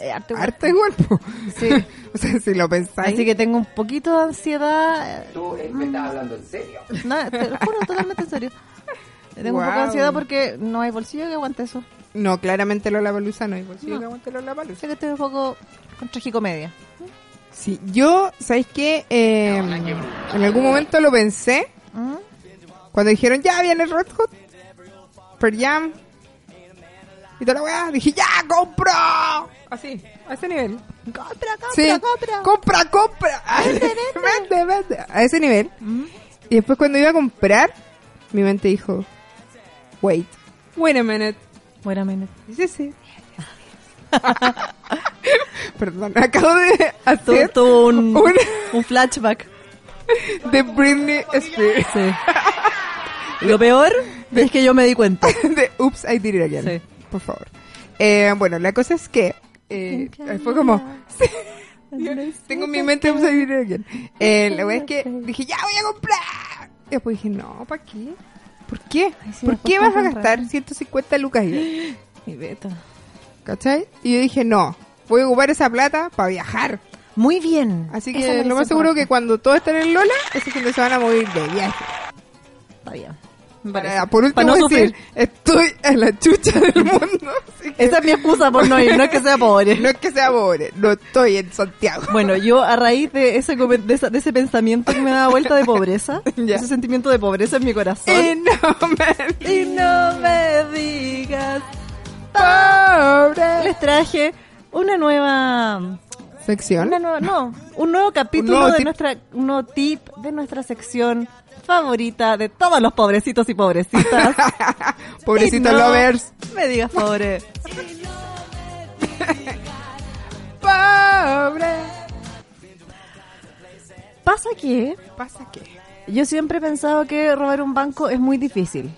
Speaker 2: Eh, harto igual.
Speaker 3: harto igual. po.
Speaker 2: [laughs] Sí.
Speaker 3: [laughs] o sea, si lo pensáis.
Speaker 2: Así que tengo un poquito de ansiedad. eh,
Speaker 7: Tú eh, me estás hablando en serio.
Speaker 2: No, te lo juro, totalmente en [laughs] serio. Tengo un poco de
Speaker 3: Guau.
Speaker 2: ansiedad porque no hay bolsillo que aguante eso.
Speaker 3: No, claramente Lola Palusa no. Igual si
Speaker 2: No.
Speaker 3: yo aguante Lola
Speaker 2: Sé que estoy un poco con tragicomedia.
Speaker 3: Sí, yo, ¿sabéis qué? Eh, en algún momento lo pensé.
Speaker 2: ¿Mm?
Speaker 3: Cuando dijeron, ya viene Red Hot, Pearl Jam, y toda la weá, dije, ya, compro.
Speaker 2: Ah,
Speaker 3: Así, a ese nivel.
Speaker 2: Compra, compra,
Speaker 3: Sí.
Speaker 2: compra.
Speaker 3: compra, compra. [laughs] vende, vende. A ese nivel.
Speaker 2: Mm.
Speaker 3: Y después cuando iba a comprar, mi mente dijo, wait, wait a minute.
Speaker 2: Wait a minute.
Speaker 3: Sí, sí. [laughs] Perdón, acabo de
Speaker 2: Tu-
Speaker 3: hacer
Speaker 2: Tuvo [laughs] un,
Speaker 3: un
Speaker 2: un flashback.
Speaker 3: de Britney Spears. [laughs]
Speaker 2: Y Lo peor es que yo me di cuenta.
Speaker 3: de Oops, I Did It Again.
Speaker 2: Sí.
Speaker 3: Por favor. Eh, bueno, la cosa es que eh, fue como... sí, yo tengo en mi mente Oops, I Did It Again. Eh, la verdad es que dije, ya voy a comprar. Y después dije, no, ¿para qué? ¿Por qué?
Speaker 2: Ay, sí,
Speaker 3: ¿Por
Speaker 2: después
Speaker 3: qué vas a
Speaker 2: compras
Speaker 3: gastar
Speaker 2: rápido.
Speaker 3: 150 lucas? ahí?
Speaker 2: [laughs] Mi beta.
Speaker 3: ¿Cachai? Y yo dije, no, voy a ocupar esa plata para viajar.
Speaker 2: Muy bien.
Speaker 3: Así
Speaker 2: Eso
Speaker 3: que
Speaker 2: me
Speaker 3: lo más
Speaker 2: hizo
Speaker 3: seguro
Speaker 2: correcto.
Speaker 3: que cuando todos estén en Lola, ese fin de semana voy a ir de viaje.
Speaker 2: Está bien. Me
Speaker 3: Para-
Speaker 2: parece.
Speaker 3: por último
Speaker 2: Para no
Speaker 3: decir,
Speaker 2: sufrir.
Speaker 3: estoy en la chucha del mundo. así que
Speaker 2: Esa es mi excusa por no ir, no es que sea [laughs] pobre.
Speaker 3: no es que sea pobre, no estoy en Santiago.
Speaker 2: Bueno, yo a raíz de ese, come- de esa- de ese pensamiento que me daba vuelta de [laughs] pobreza,
Speaker 3: Ya.
Speaker 2: ese sentimiento de pobreza en mi corazón.
Speaker 3: [laughs] Y no me
Speaker 2: Y no me digas,
Speaker 3: pobre.
Speaker 2: les traje una nueva,
Speaker 3: Sección.
Speaker 2: una nueva, no, un nuevo
Speaker 3: Un
Speaker 2: capítulo
Speaker 3: nuevo
Speaker 2: de
Speaker 3: tip.
Speaker 2: nuestra, un nuevo tip de nuestra sección favorita de todos los pobrecitos y [laughs] pobrecitas.
Speaker 3: Pobrecito
Speaker 2: Y no
Speaker 3: lovers.
Speaker 2: Me digas pobre.
Speaker 3: Pobre.
Speaker 2: Pasa que
Speaker 3: ¿Pasa qué?
Speaker 2: yo siempre he pensado que robar un banco es muy difícil.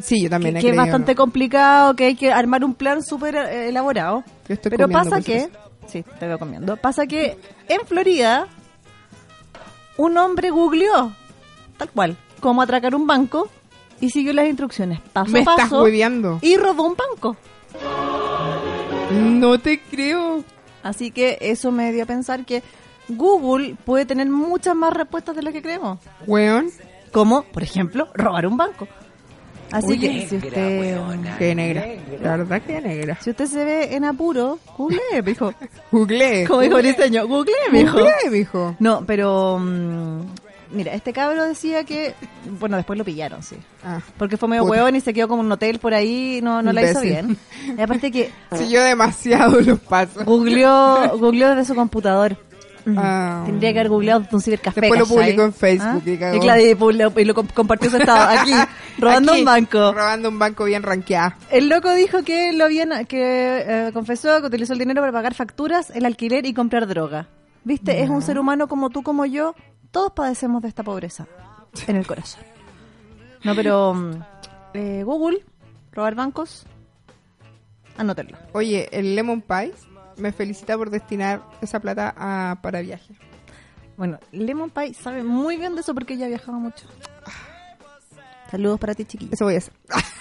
Speaker 3: Sí, yo también
Speaker 2: que,
Speaker 3: he
Speaker 2: que es
Speaker 3: creído,
Speaker 2: bastante
Speaker 3: ¿no?
Speaker 2: complicado, que hay que armar un plan súper eh, elaborado.
Speaker 3: Yo estoy
Speaker 2: Pero
Speaker 3: comiendo,
Speaker 2: pasa
Speaker 3: por si
Speaker 2: que, sí, te veo comiendo, pasa que en Florida un hombre googleó, tal cual, cómo atracar un banco y siguió las instrucciones paso
Speaker 3: Me
Speaker 2: a
Speaker 3: estás
Speaker 2: paso
Speaker 3: hueviando.
Speaker 2: y robó un banco.
Speaker 3: No te creo.
Speaker 2: Así que eso me dio a pensar que Google puede tener muchas más respuestas de lo que creemos.
Speaker 3: Weón.
Speaker 2: Como, por ejemplo, robar un banco. Así
Speaker 3: Uy,
Speaker 2: que
Speaker 3: negra,
Speaker 2: si usted...
Speaker 3: Qué negra. La verdad que negra.
Speaker 2: Si usted se ve en apuro,
Speaker 3: [laughs]
Speaker 2: google, mijo.
Speaker 3: Google.
Speaker 2: [laughs] Como dijo Briseño, google, mijo.
Speaker 3: Google, mijo.
Speaker 2: No, pero... mm, mira, este cabro decía que... Bueno, después lo pillaron, sí.
Speaker 3: Ah.
Speaker 2: Porque fue medio
Speaker 3: Puta.
Speaker 2: hueón y se quedó como en un hotel por ahí, no, no la hizo
Speaker 3: Imbécil.
Speaker 2: bien. Y aparte que
Speaker 3: Si yo demasiado los pasos.
Speaker 2: googleó, googleó desde su computador.
Speaker 3: Ah.
Speaker 2: Tendría que haber googleado desde un cibercafé.
Speaker 3: Después lo
Speaker 2: ¿cachai? ¿Ah?
Speaker 3: publicó en Facebook y cagó.
Speaker 2: Y claro, y publicó- y lo comp- compartió su estado
Speaker 3: [laughs]
Speaker 2: aquí, robando
Speaker 3: Aquí,
Speaker 2: un banco.
Speaker 3: Robando un banco bien rankeado.
Speaker 2: El loco dijo que lo habían, que eh, confesó que utilizó el dinero para pagar facturas, el alquiler y comprar droga. Viste, es un ser humano como tú, como yo. Todos padecemos de esta pobreza en el corazón. No, pero mm, eh, Google, robar bancos, anótenlo.
Speaker 3: Oye, el Lemon Pie me felicita por destinar esa plata a- para viaje.
Speaker 2: Bueno, Lemon Pie sabe muy bien de eso porque ella viajaba mucho. Saludos para ti, chiquilla.
Speaker 3: Eso voy a hacer.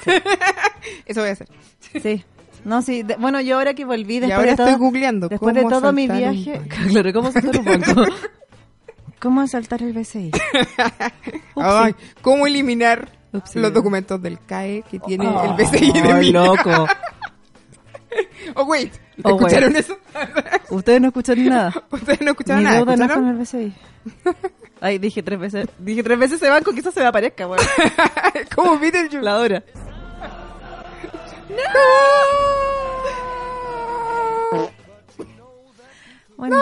Speaker 3: [laughs] Eso voy a hacer.
Speaker 2: Sí. No, sí. de- bueno, yo ahora que volví después
Speaker 3: y ahora
Speaker 2: de todo,
Speaker 3: estoy googleando.
Speaker 2: después de
Speaker 3: cómo
Speaker 2: todo mi
Speaker 3: asaltar un
Speaker 2: viaje,
Speaker 3: banco.
Speaker 2: [laughs] claro, cómo asaltar un banco.
Speaker 3: [laughs]
Speaker 2: ¿Cómo asaltar el BCI?
Speaker 3: Ay, ¿Cómo eliminar
Speaker 2: Upsi. Ah.
Speaker 3: los documentos del CAE que tiene el BCI de
Speaker 2: Ay,
Speaker 3: mi
Speaker 2: loco.
Speaker 3: Oh, wait.
Speaker 2: Oh, wait.
Speaker 3: ¿Escucharon eso? [laughs]
Speaker 2: Ustedes no escuchan nada.
Speaker 3: Ustedes no escucharon
Speaker 2: Mi
Speaker 3: nada.
Speaker 2: deuda no es con
Speaker 3: ¿Escucharon?
Speaker 2: el BCI.
Speaker 3: [laughs]
Speaker 2: Ay, dije tres veces, dije tres veces ese banco, quizás se me aparezca, weón.
Speaker 3: [laughs] ¿Cómo
Speaker 2: [laughs]
Speaker 3: Beetlejuice?
Speaker 2: La hora. Bueno,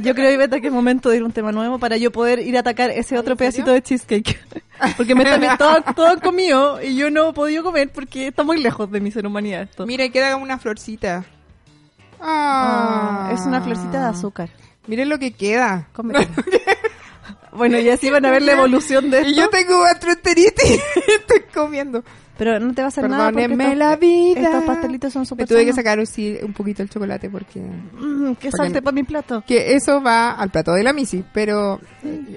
Speaker 2: yo creo, Iveta, que es momento de ir a un tema nuevo para yo poder ir a atacar ese otro pedacito de cheesecake. [laughs] Porque me están todos todo comido y yo no he podido comer porque está muy lejos de mi ser humanidad esto.
Speaker 3: Mira, y queda como una florcita.
Speaker 2: Ah,
Speaker 3: Ah,
Speaker 2: es una florcita de azúcar.
Speaker 3: Miren lo que queda. [laughs]
Speaker 2: Cómetela. bueno, y así van a ver la evolución de
Speaker 3: Y
Speaker 2: esto.
Speaker 3: yo tengo gastroenteritis. [laughs] Estoy comiendo.
Speaker 2: Pero no te va a hacer
Speaker 3: Perdónenme
Speaker 2: nada porque
Speaker 3: la vida.
Speaker 2: estos pastelitos son súper
Speaker 3: Me tuve que
Speaker 2: sanos.
Speaker 3: sacar un, sí- un poquito el chocolate porque...
Speaker 2: Mm, que
Speaker 3: Porque-
Speaker 2: salte para mi plato.
Speaker 3: Que eso va al plato de la Missy, pero...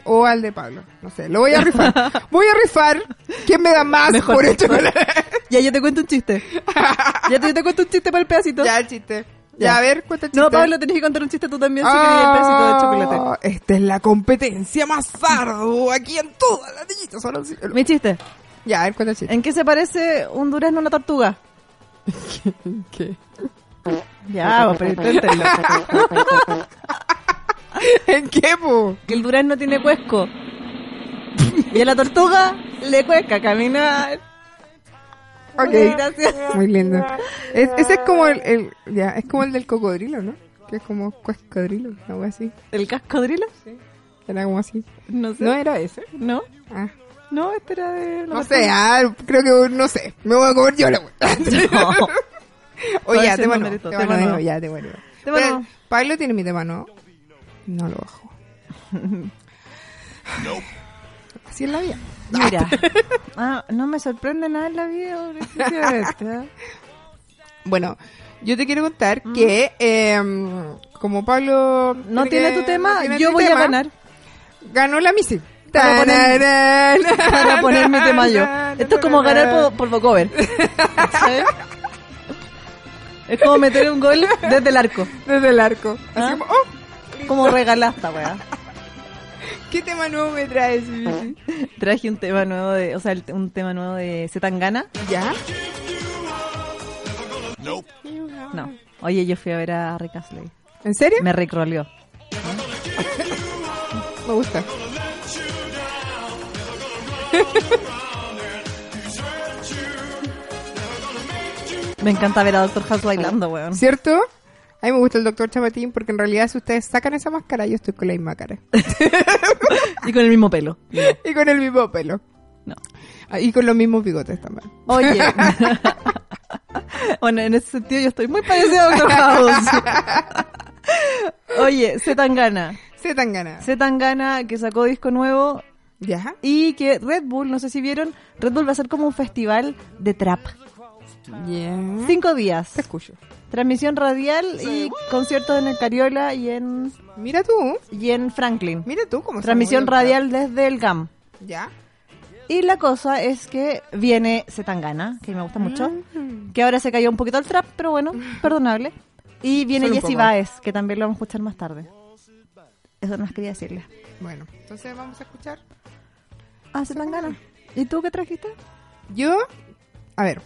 Speaker 3: O al de Pablo. No sé, lo voy a rifar.
Speaker 2: [laughs]
Speaker 3: Voy a rifar. ¿Quién me da más
Speaker 2: Mejor.
Speaker 3: por el [laughs] chocolate?
Speaker 2: [laughs] Ya, yo te cuento un chiste. Ya te, yo te cuento un chiste para el pedacito.
Speaker 3: ya, el chiste. Ya,
Speaker 2: Ya.
Speaker 3: a ver, cuenta el chiste.
Speaker 2: no, Pablo, tenés que contar un chiste tú también si querías el pedacito de chocolate.
Speaker 3: Ah, Esta es la competencia más ardua aquí en todas las niñitas. Ahora sí.
Speaker 2: Mi chiste.
Speaker 3: Ya, a ver, cuenta el chiste.
Speaker 2: ¿En qué se parece un durazno a una tortuga?
Speaker 3: [laughs] ¿Qué?
Speaker 2: Ya, va,
Speaker 3: [laughs]
Speaker 2: pero inténtenlo.
Speaker 3: [laughs] ¿En qué, po?
Speaker 2: que el durazno tiene cuesco. Y a la tortuga le cuesca caminar.
Speaker 3: Ok.
Speaker 2: Muchas gracias.
Speaker 3: Muy lindo. Es- ese es como el, el- ya, es como el del cocodrilo, ¿no? Que es como cuescodrilo, algo así.
Speaker 2: ¿El cascodrilo?
Speaker 3: Era como así.
Speaker 2: No sé.
Speaker 3: ¿No era ese?
Speaker 2: ¿No?
Speaker 3: Ah,
Speaker 2: No, este era de la
Speaker 3: no
Speaker 2: tortuga.
Speaker 3: sé, ah, creo que no sé. Me voy a comer yo la wea.
Speaker 2: [laughs] No.
Speaker 3: Oye, ya,
Speaker 2: ese
Speaker 3: te mano,
Speaker 2: numerito,
Speaker 3: te
Speaker 2: te
Speaker 3: mano,
Speaker 2: mano.
Speaker 3: ya, te mano.
Speaker 2: Te mano.
Speaker 3: Pero, Pablo tiene mi tema, ¿no? No lo bajo. Así es la vida.
Speaker 2: Mira. [laughs] Ah, no me sorprende nada en la vida. ahora sí que [laughs] este, ¿ah? esta.
Speaker 3: Bueno, yo te quiero contar que em, como Pablo
Speaker 2: No tiene
Speaker 3: que-
Speaker 2: tu tema,
Speaker 3: no tiene
Speaker 2: yo
Speaker 3: tu
Speaker 2: voy
Speaker 3: tema,
Speaker 2: a [laughs] ganar
Speaker 3: Ganó la Missy.
Speaker 2: Para poner- para poner mi tema yo. Esto es como ganar por, por vocover. ¿Sabes? Es como meter un gol desde el arco.
Speaker 3: Desde el arco.
Speaker 2: ¿Ah?
Speaker 3: Así como, oh,
Speaker 2: Como regalasta, weá.
Speaker 3: ¿qué tema nuevo me traes, Missy?
Speaker 2: Traje un tema nuevo de, o sea, el- un tema nuevo de Zetangana.
Speaker 3: ¿Ya?
Speaker 2: No. Oye, yo fui a ver a Rick Astley.
Speaker 3: ¿En serio?
Speaker 2: Me recroleó.
Speaker 3: Me gusta.
Speaker 2: Me encanta ver a Doctor House bailando, weón.
Speaker 3: ¿Cierto? A mí me gusta el doctor Chapatín porque en realidad si ustedes sacan esa máscara, yo estoy con la misma
Speaker 2: [laughs]
Speaker 3: cara.
Speaker 2: Y con el mismo pelo.
Speaker 3: y con el mismo pelo.
Speaker 2: No.
Speaker 3: Ah, Y con los mismos bigotes también.
Speaker 2: Oye. [laughs] bueno, en ese sentido yo estoy muy parecida a Doctor House. Oye, Zetangana.
Speaker 3: Se tan ganas.
Speaker 2: Zetangana que sacó disco nuevo
Speaker 3: ¿Ya?
Speaker 2: y que Red Bull, no sé si vieron, Red Bull va a ser como un festival de trap. Ah.
Speaker 3: Yeah.
Speaker 2: Cinco días.
Speaker 3: Te escucho.
Speaker 2: Transmisión radial y conciertos en el Cariola y en,
Speaker 3: Mira tú.
Speaker 2: y en Franklin.
Speaker 3: Mira tú cómo se
Speaker 2: Transmisión
Speaker 3: movió el
Speaker 2: radial desde el GAM.
Speaker 3: tra- ¿Ya?
Speaker 2: Y la cosa es que viene Zetangana, que me gusta mucho, que ahora se cayó un poquito el trap, pero bueno, perdonable. Y viene
Speaker 3: Solo un
Speaker 2: Jessie
Speaker 3: poco.
Speaker 2: Baez, que también lo vamos a escuchar más tarde. Eso no más quería decirle.
Speaker 3: Bueno, entonces vamos a escuchar.
Speaker 2: Ah, Zetangana. ¿Y tú qué trajiste?
Speaker 3: Yo, a ver,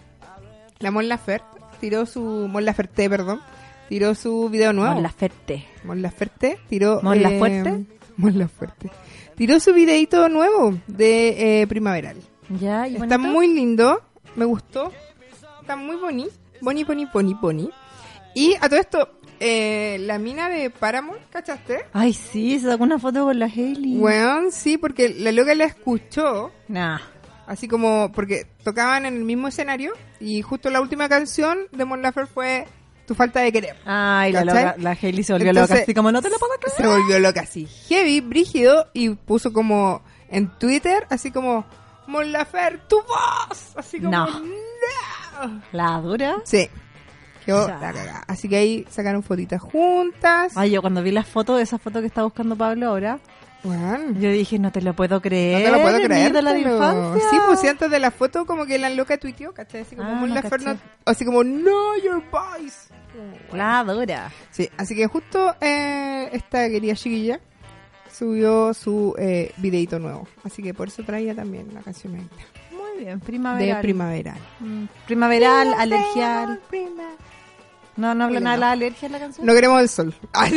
Speaker 3: la Mon Laferte tiró su... Mon Laferte, perdón. Tiró su video nuevo.
Speaker 2: Con la ferte.
Speaker 3: Mon Laferte tiró...
Speaker 2: ¿Mon Lafuerte?
Speaker 3: Mon Laferte. Tiró su videito nuevo de eh, Primaveral.
Speaker 2: Ya, y
Speaker 3: Está
Speaker 2: bonito?
Speaker 3: muy lindo, me gustó. Está muy boni, boni, boni, boni, boni. Y a todo esto, eh, la mina de Paramount, ¿cachaste?
Speaker 2: Ay, sí, se sacó una foto con la Hailey.
Speaker 3: Weón, sí, porque la loca la escuchó,
Speaker 2: Nah.
Speaker 3: así como porque tocaban en el mismo escenario y justo la última canción de Mon Laferte fue Tu falta de querer.
Speaker 2: Ay, la,
Speaker 3: ¿Cachai?
Speaker 2: loca, la Hailey se volvió
Speaker 3: Entonces,
Speaker 2: loca. Así como, no te lo puedo creer.
Speaker 3: Se volvió loca así, heavy, brígido, y puso como en Twitter, así como, Mon Laferte, tu voz, así como,
Speaker 2: No.
Speaker 3: "No".
Speaker 2: La dura.
Speaker 3: Sí. Quedó
Speaker 2: Ya.
Speaker 3: la cagada. Así que ahí sacaron fotitas juntas.
Speaker 2: Ay, yo cuando vi la foto, esa foto que está buscando Pablo ahora,
Speaker 3: Weón.
Speaker 2: yo dije, no te lo puedo
Speaker 3: No
Speaker 2: creer.
Speaker 3: te lo puedo creer.
Speaker 2: De la
Speaker 3: pero-
Speaker 2: infancia.
Speaker 3: Sí, pues sí, antes de la foto, como que la loca tuiteó, ¿cachai? Así como
Speaker 2: Ah,
Speaker 3: Mon
Speaker 2: no
Speaker 3: Laferte
Speaker 2: caché.
Speaker 3: no- Así como, no, your voice.
Speaker 2: La dura.
Speaker 3: Sí, así que justo eh, esta querida chiquilla subió su eh, videito nuevo. Así que por eso traía también la canción nuevita
Speaker 2: Muy bien,
Speaker 3: de
Speaker 2: primaveral.
Speaker 3: primaveral.
Speaker 2: Mm, primaveral, alergial. No, no habla
Speaker 3: Oye,
Speaker 2: nada de
Speaker 3: no.
Speaker 2: la alergia en la canción.
Speaker 3: No queremos el sol. [laughs]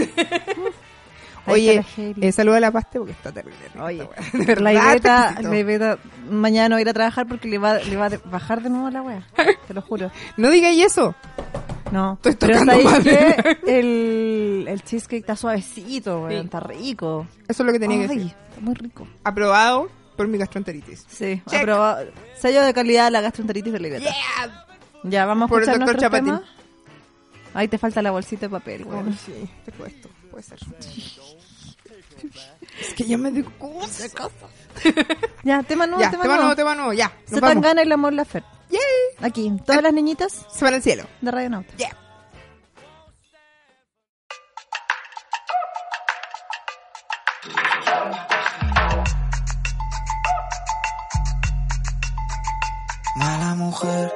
Speaker 3: Oye,
Speaker 2: está la Hailey.
Speaker 3: eh, saluda a la paste porque está terrible. rica
Speaker 2: Oye,
Speaker 3: esta weá. [laughs] De
Speaker 2: La
Speaker 3: verdad, te
Speaker 2: Iveta,
Speaker 3: felicito.
Speaker 2: la Iveta mañana no va a ir a trabajar porque le va, le va a de- bajar de nuevo la wea.
Speaker 3: [laughs]
Speaker 2: Te lo juro.
Speaker 3: No digáis eso.
Speaker 2: No.
Speaker 3: Estoy
Speaker 2: Pero
Speaker 3: tocando
Speaker 2: ¿sabéis
Speaker 3: madera.
Speaker 2: qué? El, el cheesecake está suavecito, weón, está rico.
Speaker 3: Eso es lo que tenía que
Speaker 2: Ay,
Speaker 3: decir.
Speaker 2: Está muy rico.
Speaker 3: Aprobado por mi gastroenteritis.
Speaker 2: Sí,
Speaker 3: Check.
Speaker 2: aprobado. Sello de calidad la gastroenteritis de la Iveta.
Speaker 3: Yeah.
Speaker 2: Ya, vamos a
Speaker 3: Por el
Speaker 2: escuchar
Speaker 3: doctor
Speaker 2: nuestro
Speaker 3: Chapatín.
Speaker 2: tema. Ahí te falta la bolsita de papel, güey.
Speaker 3: Bueno, sí, te cuesto, puede ser. es que ya me dio cosa.
Speaker 2: Ya, tema nuevo,
Speaker 3: ya,
Speaker 2: tema,
Speaker 3: tema nuevo,
Speaker 2: nuevo.
Speaker 3: tema nuevo, ya. Nos
Speaker 2: Se
Speaker 3: vamos.
Speaker 2: tan gana el amor la Fer.
Speaker 3: Yay.
Speaker 2: Aquí, todas las niñitas
Speaker 3: Se van al cielo.
Speaker 2: de Radio Nauta.
Speaker 3: Yeah.
Speaker 7: Mala mujer,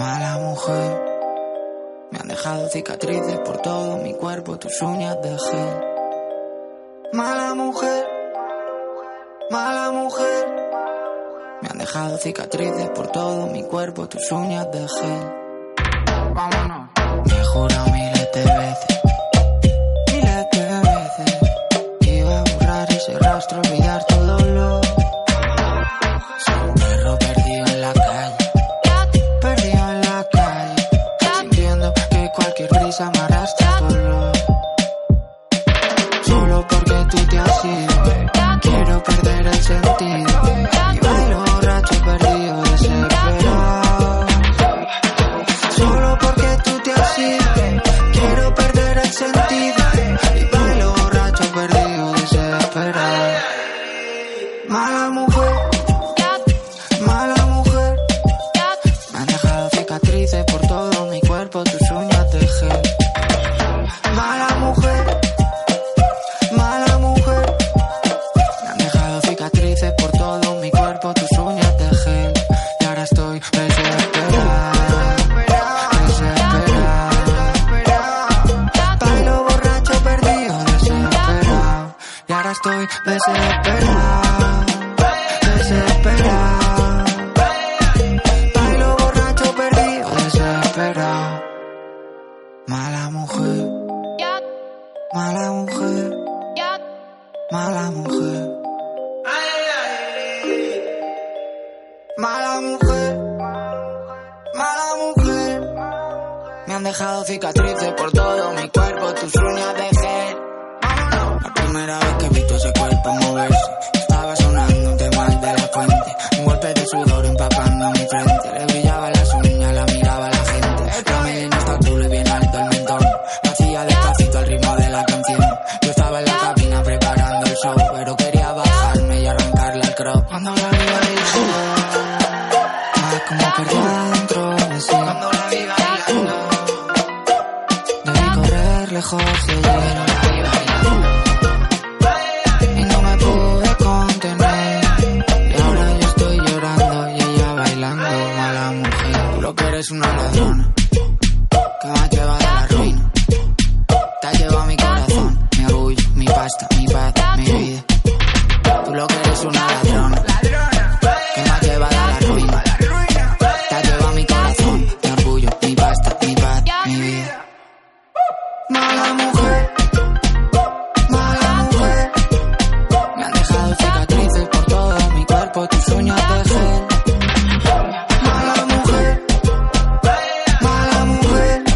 Speaker 7: mala mujer. Me han dejado cicatrices por todo mi cuerpo, tus uñas de gel. Mala mujer, mala mujer. Me han dejado cicatrices por todo mi cuerpo, tus uñas de gel. Vámonos. Me he jurado miles de veces, miles de veces. que Iba a borrar ese rastro, olvidar tu dolor. Soy un perro perdido en la calle. Perdido en la calle. Sintiendo que cualquier brisa me arrastra tu olor. Solo porque tú te has ido. Quiero perder el sentido. Y bailo borracho perdido desesperado. Solo porque tú te has ido. Quiero perder el sentido. Y bailo borracho perdido desesperado. Mala mujer. Mala mujer, me han dejado cicatrices por todo mi cuerpo, tus uñas de gel. Mala mujer, mala mujer, me han dejado cicatrices por todo mi cuerpo, tus uñas de gel. Y ahora estoy desesperada, desesperada. Bailo borracho perdido, desesperado. Y ahora estoy desesperada, desesperada. Bailo borracho perdido, desesperado. Mala mujer, mala mujer, mala mujer. Mala mujer, mala mujer. Me han dejado cicatrices por todo mi cuerpo, tus uñas de gel. La primera vez que he visto ese cuerpo moverse Estaba sonando un tema de la fuente Un golpe de sudor empapando mi frente Le brillaba las uñas, la miraba la gente La melena está azul y bien alto el mentón Lo hacía despacito al ritmo de la canción Yo estaba en la cabina preparando el show Pero quería bajarme y arrancarle el crop Cuando la vi bailando Más como perdida dentro de sí Cuando la vi bailando Debí correr lejos y ella no la vi bailando y no me pude contener. Y ahora yo estoy llorando y ella bailando, mala mujer. Tú lo que eres una ladrona, que me has llevado a la ruina. Te has llevado mi corazón, mi orgullo, mi pasta, mi paz, mi vida. Tú lo que eres una ladrona, que me has llevado a la ruina. Te has llevado mi corazón, mi orgullo, mi pasta, mi paz, mi vida. Mala mujer, mala mujer. Me han dejado cicatrices por todo mi cuerpo, tus uñas de gel. Mala mujer, mala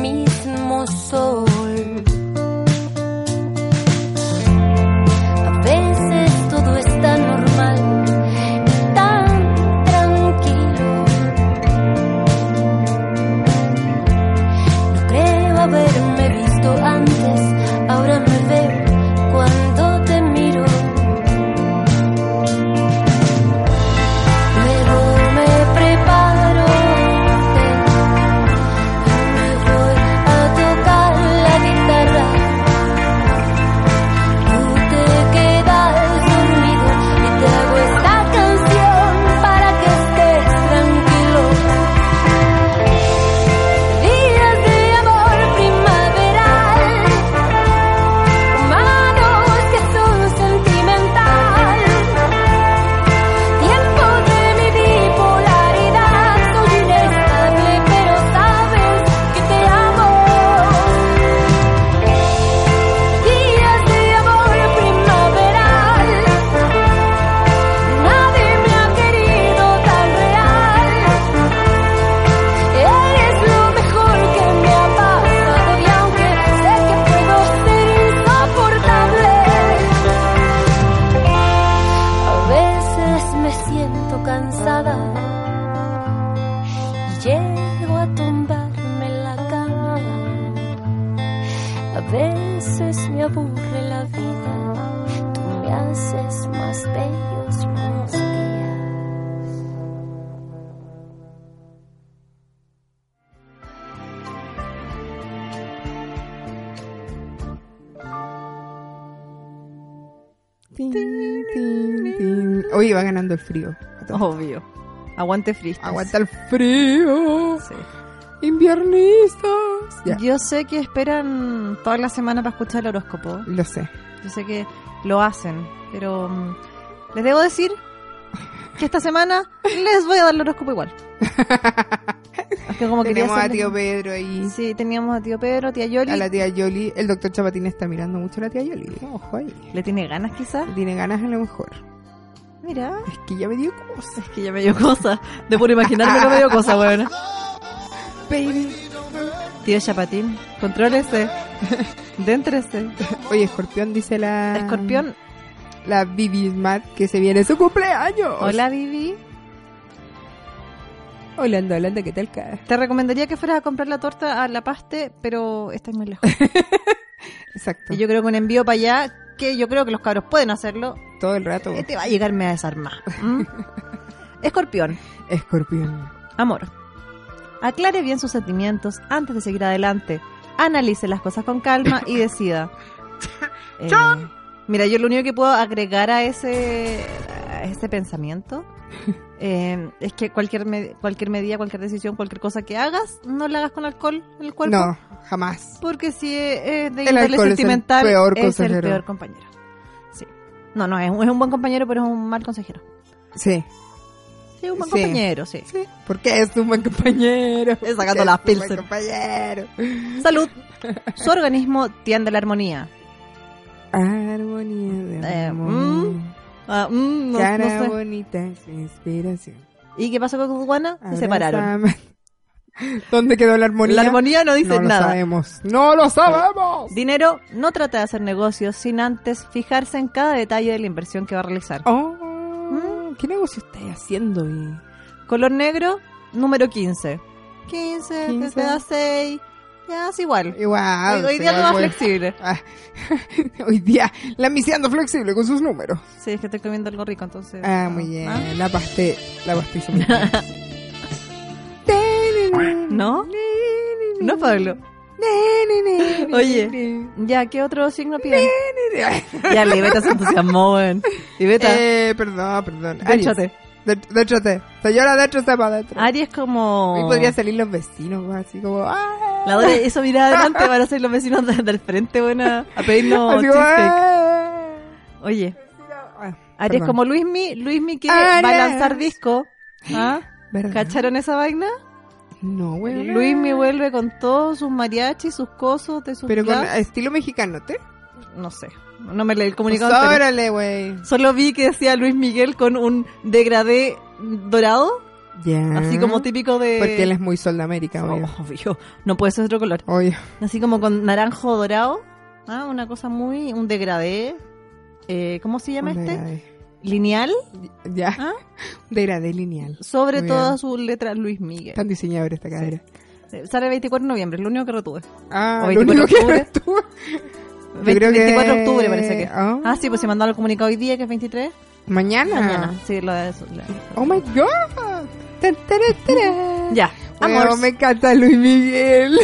Speaker 8: mismo sol. A veces todo es tan normal, tan tranquilo. No creo haberme visto antes, ahora me veo cuando te miro. Luego me preparo, me voy a tocar la guitarra. Tú te quedas dormido y te hago esta canción para que estés tranquilo. Días de amor primaveral, manos que son sentimental. Tiempo de mi bipolaridad, soy inestable, pero sabes que te amo. Días de amor primaveral, nadie me ha querido tan real. Eres lo mejor que me ha pasado y aunque sé que puedo ser insoportable. A veces me siento cansada y llego a tumbarme en la cama. A veces me aburre la vida, tú me haces más bellos unos días.
Speaker 3: Tin, tin, tin. Oye, va ganando el frío. A todo.
Speaker 2: Obvio. Aguante fristas.
Speaker 3: Aguanta el frío.
Speaker 2: Sí.
Speaker 3: Inviernistas. Ya,
Speaker 2: Yo sé que esperan toda la semana para escuchar el horóscopo.
Speaker 3: lo sé.
Speaker 2: Yo sé que lo hacen, pero mm, les debo decir que esta semana les voy a dar el horóscopo igual. [laughs] Es que como quería
Speaker 3: Tenemos a
Speaker 2: hacerles-
Speaker 3: tío Pedro ahí.
Speaker 2: Sí, teníamos a tío Pedro, tía Yoli.
Speaker 3: A la tía Yoli. El doctor Chapatín está mirando mucho a la tía Yoli. Ojo ahí.
Speaker 2: ¿Le tiene ganas quizás?
Speaker 3: Tiene ganas a lo mejor.
Speaker 2: Mira.
Speaker 3: Es que ya me dio cosas.
Speaker 2: Es que ya me dio cosa. De puro imaginarme que me dio cosa, weón.
Speaker 3: Baby. [laughs]
Speaker 2: Tío Chapatín, contrólese. Déntrese.
Speaker 3: Oye, Escorpión dice
Speaker 2: Ah.
Speaker 3: la...
Speaker 2: Escorpión,
Speaker 3: La Bibi Mat que se viene su cumpleaños.
Speaker 2: hola Vivi.
Speaker 3: Hola, anda, hola, anda, ¿qué tal? cara?
Speaker 2: Te recomendaría que fueras a comprar la torta a La Paste, pero estás muy lejos.
Speaker 3: Exacto.
Speaker 2: Y yo creo que un envío para allá, que yo creo que los cabros pueden hacerlo,
Speaker 3: Todo el rato.
Speaker 2: eh, te va a llegarme a desarmar. ¿m? Escorpión,
Speaker 3: Escorpión.
Speaker 2: amor. Aclare bien sus sentimientos antes de seguir adelante. Analice las cosas con calma
Speaker 3: [laughs]
Speaker 2: y decida. Eh, mira, yo lo único que puedo agregar a ese, a
Speaker 3: [laughs]
Speaker 2: ese pensamiento eh, es que cualquier, me- cualquier medida, cualquier decisión, cualquier cosa que hagas, no la hagas con alcohol en el cuerpo.
Speaker 3: No, jamás.
Speaker 2: Porque si es de
Speaker 3: El
Speaker 2: índole
Speaker 3: alcohol es el
Speaker 2: sentimental, es,
Speaker 3: peor
Speaker 2: el
Speaker 3: consejero.
Speaker 2: peor compañero. Sí. No, no, es un, es un buen compañero, pero es un mal consejero.
Speaker 3: Sí.
Speaker 2: Sí, un buen
Speaker 3: Sí.
Speaker 2: compañero, sí.
Speaker 3: Sí. Porque es un buen compañero.
Speaker 2: Es
Speaker 3: Porque
Speaker 2: sacando
Speaker 3: es
Speaker 2: las
Speaker 3: un buen
Speaker 2: pilsen.
Speaker 3: compañero.
Speaker 2: Salud. Su organismo tiende a la armonía.
Speaker 3: Armonía de
Speaker 2: Eh,
Speaker 3: amor.
Speaker 2: mm, Ah, mm, no- no
Speaker 3: Cara
Speaker 2: sé.
Speaker 3: bonita, inspiración.
Speaker 2: ¿Y qué pasó con Cusguana? Se separaron.
Speaker 3: Abrázame. ¿Dónde quedó la armonía?
Speaker 2: La armonía no dice
Speaker 3: no lo
Speaker 2: nada.
Speaker 3: sabemos. ¡No lo sabemos!
Speaker 2: Dinero, no trata de hacer negocios sin antes fijarse en cada detalle de la inversión que va a realizar.
Speaker 3: Oh,
Speaker 2: Mm.
Speaker 3: ¿Qué negocio estáis haciendo? y-
Speaker 2: Color negro, número 15. 15, que
Speaker 3: 15.
Speaker 2: te da 6. Ya es igual.
Speaker 3: Igual.
Speaker 2: Hoy- hoy
Speaker 3: Ah, se
Speaker 2: día
Speaker 3: va a
Speaker 2: todo más
Speaker 3: poder-
Speaker 2: flexible.
Speaker 3: Ah, [laughs] hoy día, la misiando flexible con sus números.
Speaker 2: Sí, es que estoy comiendo algo rico, entonces.
Speaker 3: Ah,
Speaker 2: no.
Speaker 3: muy bien.
Speaker 2: ¿Ah?
Speaker 3: La pasté, la pasté hizo muy
Speaker 2: [laughs]
Speaker 3: bien.
Speaker 2: ¿No? No, Pablo. Oye. Ya, ¿qué otro signo piden? ya, la Iveta se entusiasmó, weón. Iveta,
Speaker 3: Eh, perdón, perdón. Aries.
Speaker 2: déchate.
Speaker 3: De- Déchate. Señora, déchate para adentro.
Speaker 2: Aries como...
Speaker 3: Hoy podría salir los vecinos, va, así como. ¡ah!
Speaker 2: La Dora, eso mira adelante, van a ser los vecinos de- del frente, buena, a pedirnos
Speaker 3: Así como,
Speaker 2: cheesecake.
Speaker 3: ¡ah!
Speaker 2: Oye,
Speaker 3: Ah,
Speaker 2: Aries
Speaker 3: perdón.
Speaker 2: como Luismi, Luismi que va a
Speaker 3: Aries.
Speaker 2: lanzar disco. ¿Ah?
Speaker 3: ¿Verdad?
Speaker 2: ¿Cacharon esa vaina?
Speaker 3: No, güey.
Speaker 2: Luismi vuelve con todos sus mariachis, sus cosos, de sus
Speaker 3: Pero con
Speaker 2: clubs.
Speaker 3: estilo mexicano, ¿te?
Speaker 2: No sé, no me leí el
Speaker 3: Pues
Speaker 2: comunicado entero.
Speaker 3: órale, güey.
Speaker 2: Solo vi que decía Luis Miguel con un degradé dorado
Speaker 3: Ya.
Speaker 2: Así como típico de.
Speaker 3: Mm. Porque él es muy sol de América, obvio.
Speaker 2: Oh, obvio. No puede ser otro color.
Speaker 3: Obvio.
Speaker 2: Así como con naranjo dorado. Ah, una cosa muy. Un degradé. Eh, ¿Cómo se llama
Speaker 3: Un
Speaker 2: este?
Speaker 3: degradé.
Speaker 2: Lineal.
Speaker 3: Ya.
Speaker 2: ¿Ah?
Speaker 3: Degradé lineal.
Speaker 2: Sobre
Speaker 3: Muy
Speaker 2: todas
Speaker 3: bien.
Speaker 2: sus letras, Luis Miguel.
Speaker 3: Tan diseñadora esta cadera.
Speaker 2: Eh, Sale el 24 de noviembre, es lo único que retuve.
Speaker 3: Ah,
Speaker 2: O
Speaker 3: lo
Speaker 2: 24
Speaker 3: único que [laughs]
Speaker 2: octubre.
Speaker 3: estuvo-
Speaker 2: Ve-
Speaker 3: creo que-
Speaker 2: 24 de octubre parece que.
Speaker 3: Ah.
Speaker 2: Ah, sí, pues se mandó el comunicado hoy día, que es 23.
Speaker 3: Mañana.
Speaker 2: Mañana. Sí, lo de eso. la-
Speaker 3: Oh my god. Tan, tará, tará.
Speaker 2: Ya.
Speaker 3: Weón,
Speaker 2: Amor.
Speaker 3: me encanta Luis Miguel.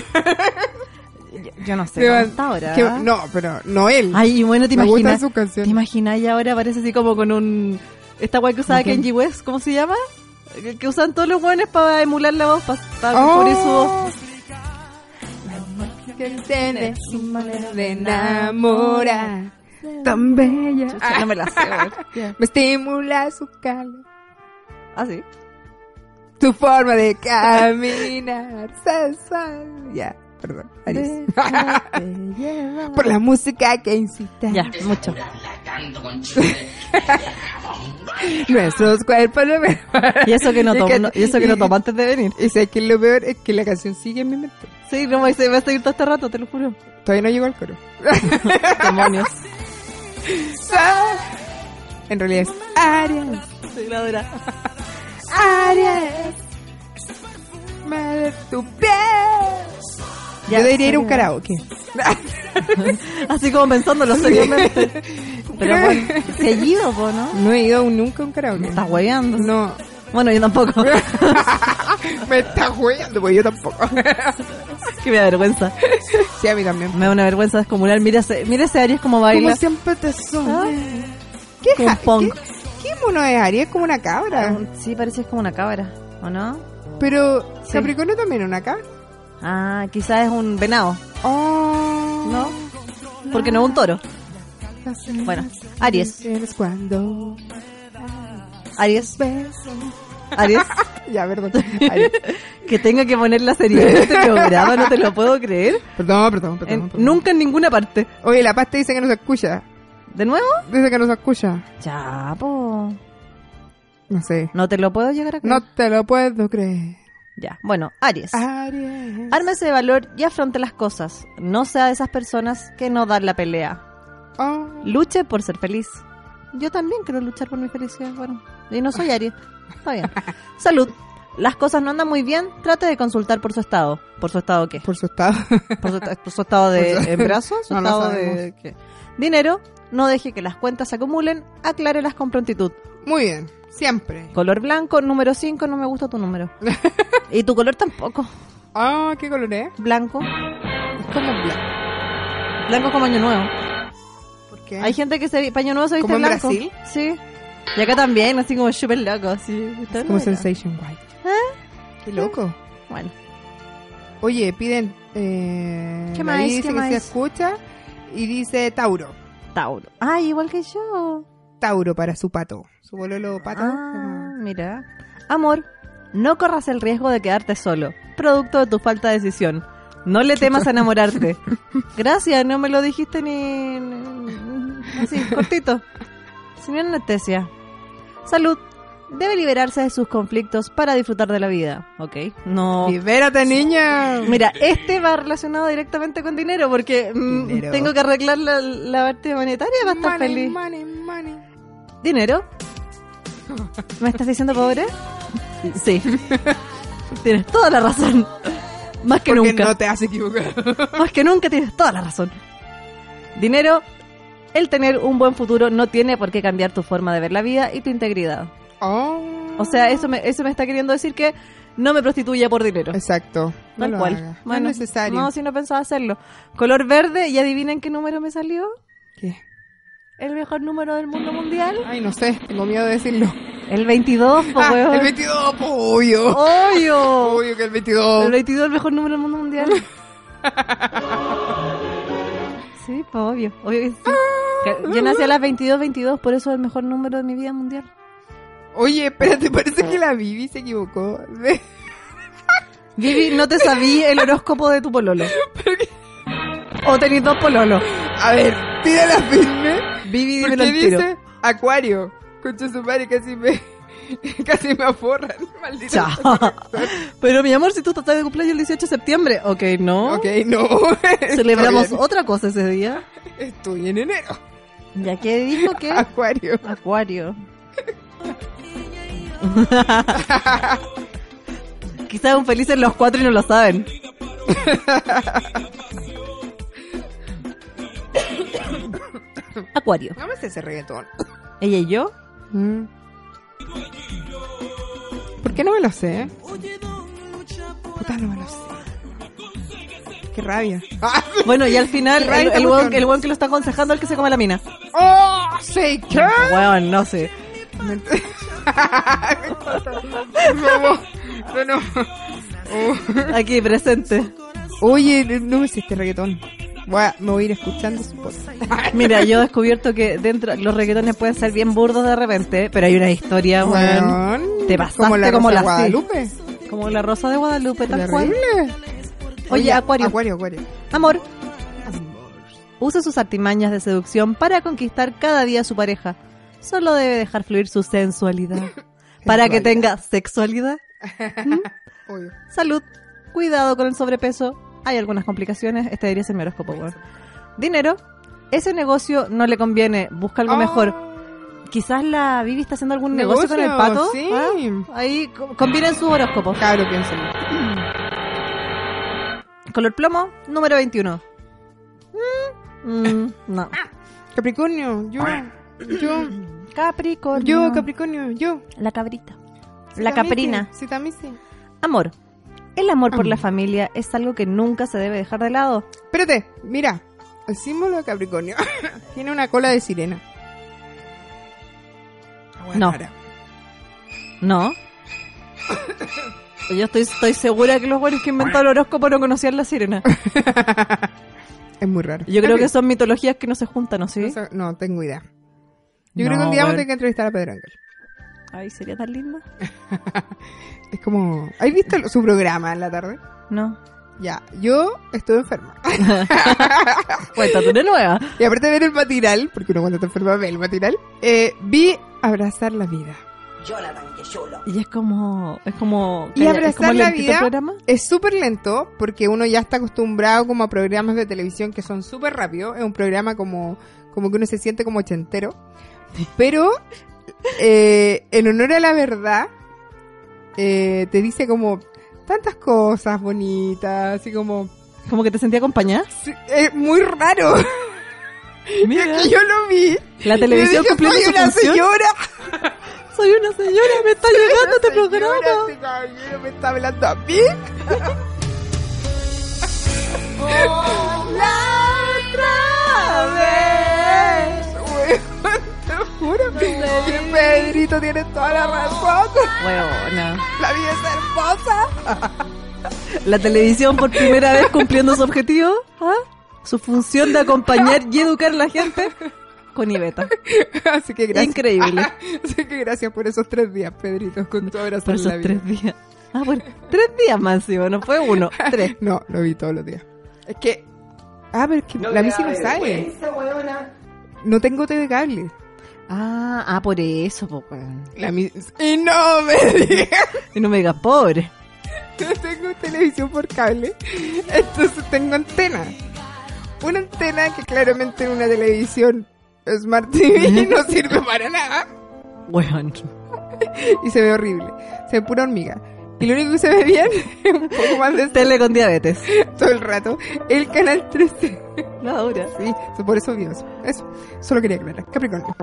Speaker 2: Yo, yo no sé
Speaker 3: Qué
Speaker 2: cómo
Speaker 3: va-
Speaker 2: está ahora. ¿ah?
Speaker 3: qué va- no, pero no él.
Speaker 2: Ay, y bueno, te
Speaker 3: Me gustan
Speaker 2: imaginas.
Speaker 3: sus
Speaker 2: Te
Speaker 3: canciones.
Speaker 2: imaginas y ahora parece así como con un. Esta guay que usaba
Speaker 3: ¿Con quién?
Speaker 2: Kenji West, ¿cómo se llama? Que, que usan todos los buenos para emular la voz, para,
Speaker 3: Oh.
Speaker 2: cubrir su voz.
Speaker 3: Que tiene su manera de enamorar tan bella. Ah,
Speaker 2: Chucha, no me la sé,
Speaker 3: [laughs]
Speaker 2: weón.
Speaker 3: Me estimula su calor,
Speaker 2: Ah, sí.
Speaker 3: tu forma de caminar [laughs] sensual. Ya, perdón, Aries. [laughs] Por la música que incita.
Speaker 2: Ya, mucho.
Speaker 3: Nuestros cuerpos lo
Speaker 2: Y
Speaker 3: [laughs]
Speaker 2: eso que no
Speaker 3: Y
Speaker 2: tomo,
Speaker 3: que-
Speaker 2: no- y eso que no
Speaker 3: y-
Speaker 2: tomo antes
Speaker 3: [laughs]
Speaker 2: de venir.
Speaker 3: Y sé que lo peor es que la canción sigue en mi mente.
Speaker 2: Sí, no me se me va a seguir todo este rato, te lo juro.
Speaker 3: Todavía no llegó al
Speaker 2: [laughs]
Speaker 3: coro. [laughs]
Speaker 2: Demonios.
Speaker 3: En realidad es Aries.
Speaker 2: Soy la dura.
Speaker 3: Aries, me de tu piel. Yo debería ir a un karaoke.
Speaker 2: Así como pensándolo
Speaker 3: [laughs]
Speaker 2: seriamente. Pero bueno, seguido, po, ¿no?
Speaker 3: No he ido aún nunca a un karaoke.
Speaker 2: Me estás hueveando.
Speaker 3: No,
Speaker 2: Bueno,
Speaker 3: [laughs]
Speaker 2: yo tampoco. [laughs]
Speaker 3: me está jugando, pues yo tampoco. [laughs]
Speaker 2: que me da vergüenza.
Speaker 3: sí, a mí también.
Speaker 2: Me da una vergüenza descomunal. Mira ese, mira ese Aries como
Speaker 3: Como
Speaker 2: baila.
Speaker 3: siempre te
Speaker 2: Ah,
Speaker 3: son. ¿Qué,
Speaker 2: como un
Speaker 3: ja-
Speaker 2: punk.
Speaker 3: ¿qué, qué mono es Aries? Es como una cabra.
Speaker 2: Sí, pareces como una cabra, ¿o no?
Speaker 3: Pero
Speaker 2: Sí.
Speaker 3: Capricornio también es una cabra.
Speaker 2: Ah, quizás es un venado,
Speaker 3: Oh,
Speaker 2: ¿no? Porque no es un toro.
Speaker 3: no sé.
Speaker 2: Bueno, Aries.
Speaker 3: Tienes cuando
Speaker 2: Aries.
Speaker 3: beso.
Speaker 2: Aries.
Speaker 3: Ya, [laughs] perdón. Aries.
Speaker 2: que tenga que poner la seriedad de este programa, no te lo puedo creer.
Speaker 3: Perdón, perdón, perdón.
Speaker 2: En-
Speaker 3: perdón.
Speaker 2: nunca en ninguna parte.
Speaker 3: Oye, la pasta dice que no se escucha.
Speaker 2: ¿De nuevo?
Speaker 3: Dice que no se escucha.
Speaker 2: Chapo.
Speaker 3: No sé.
Speaker 2: No Ah. te lo puedo llegar a creer.
Speaker 3: No te lo puedo creer.
Speaker 2: Ya, bueno, Aries.
Speaker 3: Aries.
Speaker 2: Ármese de valor y afronte las cosas. No sea de esas personas que no dan la pelea.
Speaker 3: Oh.
Speaker 2: Luche por ser feliz. Yo también quiero luchar por mi felicidad. Bueno, y no soy Aries. Está bien. Ah. [laughs] Salud. Las cosas no andan muy bien. Trate de consultar por su estado. ¿Por su estado qué?
Speaker 3: Por su estado. [laughs]
Speaker 2: ¿Por su, [laughs] por su estado
Speaker 3: Por su-
Speaker 2: de brazos? ¿Su
Speaker 3: No lo
Speaker 2: estado de qué? Dinero. No deje que las cuentas se acumulen. Aclárelas con prontitud.
Speaker 3: Muy bien. Siempre.
Speaker 2: Color blanco, número 5. No me gusta tu [laughs] número. y tu color tampoco.
Speaker 3: Ah, ¿qué color es?
Speaker 2: Blanco.
Speaker 3: Es como blanco.
Speaker 2: Blanco como año nuevo.
Speaker 3: ¿Por qué?
Speaker 2: Hay gente que se paño nuevo se viste
Speaker 3: ¿Como en
Speaker 2: blanco.
Speaker 3: Brasil?
Speaker 2: Sí. Y acá también, así como súper loco, así. Está
Speaker 3: como
Speaker 2: loco.
Speaker 3: Sensation White. Qué loco.
Speaker 2: Bueno,
Speaker 3: Oye, piden. Eh,
Speaker 2: ¿Qué
Speaker 3: la
Speaker 2: más?
Speaker 3: Iri
Speaker 2: ¿Qué
Speaker 3: Dice que
Speaker 2: más?
Speaker 3: se escucha y dice Tauro.
Speaker 2: Tauro.
Speaker 3: Ah,
Speaker 2: Ay, igual que yo.
Speaker 3: Tauro para su pato. Su bololo pato.
Speaker 2: Ah, mira. Amor, no corras el riesgo de quedarte solo, producto de tu falta de decisión. No le temas
Speaker 3: [laughs]
Speaker 2: a enamorarte. Gracias, no me lo dijiste ni... ni- Así, cortito. Sin anestesia. Salud. Debe liberarse de sus conflictos para disfrutar de la vida. Ok. No
Speaker 3: Libérate, niña.
Speaker 2: [laughs] Mira, este va relacionado directamente con dinero porque mm,
Speaker 3: Dinero.
Speaker 2: tengo que arreglar la, la parte monetaria para estar
Speaker 3: Money,
Speaker 2: feliz.
Speaker 3: money, money.
Speaker 2: ¿Dinero? ¿Me estás diciendo pobre? Sí. tienes toda la razón. Más que
Speaker 3: Porque
Speaker 2: nunca.
Speaker 3: no te has equivocado.
Speaker 2: [laughs] Más que nunca tienes toda la razón. Dinero, el tener un buen futuro no tiene por qué cambiar tu forma de ver la vida y tu integridad.
Speaker 3: Oh.
Speaker 2: O sea, eso me, eso me está queriendo decir que no me prostituya por dinero.
Speaker 3: Exacto. No
Speaker 2: Tal
Speaker 3: lo
Speaker 2: cual.
Speaker 3: hagas.
Speaker 2: Bueno,
Speaker 3: no es necesario.
Speaker 2: No, si no pensaba hacerlo. Color verde, y adivinen qué número me salió.
Speaker 3: ¿Qué?
Speaker 2: El mejor número del mundo mundial.
Speaker 3: Ay, no sé. Tengo miedo de
Speaker 2: [laughs]
Speaker 3: decirlo.
Speaker 2: El 22, po,
Speaker 3: Ah,
Speaker 2: weón.
Speaker 3: el 22, po, obvio.
Speaker 2: ¡Obvio!
Speaker 3: Obvio que el 22.
Speaker 2: El 22 el mejor número del mundo [laughs] mundial. sí, po, obvio. Obvio que sí. Que Yo nací a las 22, 22, por eso es el mejor número de mi vida mundial.
Speaker 3: Oye, espérate, [laughs] parece que la Bibi se equivocó. [laughs]
Speaker 2: Vivi, no te sabí el horóscopo de tu [laughs] pololo. O tenés dos pololos.
Speaker 3: A ver, tira la firme.
Speaker 2: Vivi,
Speaker 3: Porque
Speaker 2: dímelo al tiro.
Speaker 3: dice Acuario. Concha su madre, casi me. [laughs] Casi me aforran, maldito.
Speaker 2: Chao. [laughs] Pero mi amor, si tú estás de cumpleaños el 18 de septiembre, ok, no.
Speaker 3: Ok, no.
Speaker 2: [laughs] Celebramos
Speaker 3: Está bien.
Speaker 2: otra cosa ese día.
Speaker 3: Estoy en enero.
Speaker 2: ¿Ya qué dijo que?
Speaker 3: Ah. Acuario. [laughs]
Speaker 2: Acuario. Quizás un felices los cuatro y no lo saben. Acuario.
Speaker 3: No me sé ese reggaetón.
Speaker 2: Ella y yo.
Speaker 3: Mm. ¿Por qué no me lo sé? Puta, no me lo sé. Qué rabia. Ah.
Speaker 2: Bueno, y al final,
Speaker 3: Qué raro
Speaker 2: el,
Speaker 3: esta
Speaker 2: el, weón,
Speaker 3: cuestión.
Speaker 2: el weón que lo está aconsejando es el que se come la mina. Ah,
Speaker 3: ¡Oh! ¿Sé qué? [laughs]
Speaker 2: Weón, no sé.
Speaker 3: Me ent- no, no, no.
Speaker 2: Aquí presente.
Speaker 3: Oh. Oye, no me sé este reggaetón. Voy a- me voy a ir escuchando su podcast.
Speaker 2: Mira, yo he descubierto que dentro los reggaetones pueden ser bien burdos de repente, pero hay una historia, weón.
Speaker 3: Weón,
Speaker 2: Ah, te pasaste
Speaker 3: como la
Speaker 2: como
Speaker 3: Rosa
Speaker 2: la-
Speaker 3: Guadalupe.
Speaker 2: Como la rosa de Guadalupe, tal cual.
Speaker 3: Terrible.
Speaker 2: Oye, Acuario.
Speaker 3: Acuario, acuario.
Speaker 2: Amor. Usa sus artimañas de seducción para conquistar cada día a su pareja. Solo debe dejar fluir su [laughs] sensualidad. Para que
Speaker 3: Sensualidad.
Speaker 2: tenga sexualidad,
Speaker 3: Obvio.
Speaker 2: salud, cuidado con el sobrepeso. Hay algunas complicaciones. Este debería ser mi horóscopo, weón. Dinero. Ese negocio no le conviene. Busca algo
Speaker 3: Oh.
Speaker 2: mejor. Ah. Quizás la Vivi está haciendo algún negocio, con el
Speaker 3: Negocio,
Speaker 2: pato.
Speaker 3: sí.
Speaker 2: ¿ah? Ahí co- combinen sus horóscopos.
Speaker 3: Cabro, piénsenlo.
Speaker 2: Color plomo, número 21. Mm, mm, no.
Speaker 3: Capricornio, yo, yo,
Speaker 2: Capricornio.
Speaker 3: yo, Capricornio, yo.
Speaker 8: La cabrita.
Speaker 2: La caprina.
Speaker 3: Sí, también sí.
Speaker 2: Amor. El amor por la
Speaker 3: Amor.
Speaker 2: familia es algo que nunca se debe dejar de lado.
Speaker 3: Espérate, mira. El símbolo de Capricornio [laughs] tiene una cola de sirena. Ah,
Speaker 2: No. No. Yo estoy, estoy segura que los buenos que inventaron el horóscopo no conocían la sirena.
Speaker 3: Es muy raro.
Speaker 2: Yo creo que son mitologías que no se juntan, ¿o
Speaker 3: No,
Speaker 2: sí?
Speaker 3: sé- no, tengo idea. Yo creo
Speaker 2: No,
Speaker 3: que un día vamos a
Speaker 2: weón.
Speaker 3: tener que entrevistar a Pedro Ángel.
Speaker 2: Ay, sería tan lindo.
Speaker 3: Es como... ¿Has visto lo- su programa en la tarde?
Speaker 2: No.
Speaker 3: Ya, yo estuve enferma. [laughs]
Speaker 2: Cuéntate una nueva.
Speaker 3: Y aparte de ver el matinal, porque uno cuando está enferma ve el matinal, eh, vi Abrazar la Vida.
Speaker 2: Y es como. Es como.
Speaker 3: Y
Speaker 2: calla- es como
Speaker 3: abrazar la
Speaker 2: lentito el
Speaker 3: vida
Speaker 2: programa.
Speaker 3: es súper lento porque uno ya está acostumbrado como a programas de televisión que son súper rápidos. Es un programa como, como que uno se siente como ochentero. Pero eh, en honor a la verdad, eh, te dice como tantas cosas bonitas, así como...
Speaker 2: Como que te sentía acompañada.
Speaker 3: sí, Es muy raro
Speaker 2: [laughs] Mira.
Speaker 3: que yo lo vi.
Speaker 2: La televisión
Speaker 3: Yo dije,
Speaker 2: cumpliendo
Speaker 3: soy
Speaker 2: su
Speaker 3: una
Speaker 2: función. [laughs]
Speaker 3: señora.
Speaker 2: Soy una señora,
Speaker 3: [laughs]
Speaker 2: me está llegando este
Speaker 3: Señora,
Speaker 2: programa.
Speaker 3: este caballero me está hablando a mí. Weón, te lo juro [laughs] que Pedrito tiene toda la razón.
Speaker 2: Huevona.
Speaker 3: La vida es hermosa. [laughs]
Speaker 2: La televisión por primera vez cumpliendo su objetivo, ¿ah? su función de acompañar y educar a la gente con Iveta.
Speaker 3: Así que gracias.
Speaker 2: Increíble.
Speaker 3: [laughs] Así que gracias por esos tres días, Pedrito, con tu abrazo
Speaker 2: Por
Speaker 3: en la
Speaker 2: esos
Speaker 3: vida.
Speaker 2: tres días. Ah, bueno, tres días más, sí, no fue uno, tres.
Speaker 3: No, lo vi todos los días. Es que. Ah, pero es que
Speaker 5: No
Speaker 3: la
Speaker 5: te
Speaker 3: bici
Speaker 5: da
Speaker 3: no sale.
Speaker 5: vergüenza, weona.
Speaker 3: No tengo TV cable.
Speaker 2: Ah, ah, por eso, po, weón.
Speaker 3: La mi- Y no [laughs] me digas.
Speaker 2: Y no me digas pobre.
Speaker 3: Yo tengo televisión por cable, entonces tengo antena. Una antena que claramente en una televisión Smart
Speaker 2: [laughs]
Speaker 3: TV [laughs] no sirve para nada
Speaker 2: Weón.
Speaker 3: y se ve horrible. Se ve pura hormiga. Y lo único que se ve bien [laughs] es un poco más de
Speaker 2: Tele con diabetes.
Speaker 3: todo el rato. El canal 13.
Speaker 2: La dura.
Speaker 3: Sí, so- por eso vio eso. Eso. Solo quería aclarar. Capricornio.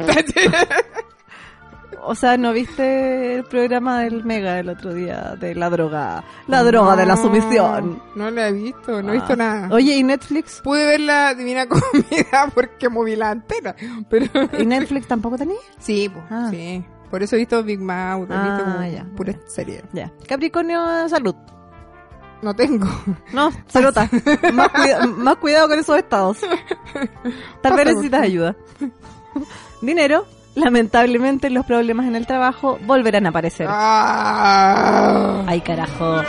Speaker 2: O sea, ¿no viste el programa del Mega el otro día? De la droga. La droga de la
Speaker 3: No,
Speaker 2: sumisión.
Speaker 3: No la he visto, no he
Speaker 2: Ah.
Speaker 3: visto nada.
Speaker 2: Oye, ¿y Netflix?
Speaker 3: Pude ver la Divina [laughs] Comida porque moví la antena, pero...
Speaker 2: ¿Y Netflix tampoco tenía?
Speaker 3: Sí, po,
Speaker 2: Ah.
Speaker 3: sí. Por eso he visto Big Mouth, he visto
Speaker 2: Ah,
Speaker 3: como
Speaker 2: ya,
Speaker 3: pura serie.
Speaker 2: Ya. Capricornio, salud.
Speaker 3: No tengo.
Speaker 2: No, se nota. Más, cuida- más cuidado con esos estados. Tal
Speaker 3: Pasa,
Speaker 2: vez necesitas
Speaker 3: por
Speaker 2: ayuda. Dinero. Lamentablemente los problemas en el trabajo volverán a aparecer.
Speaker 3: ¡Ah!
Speaker 2: Ay, carajo.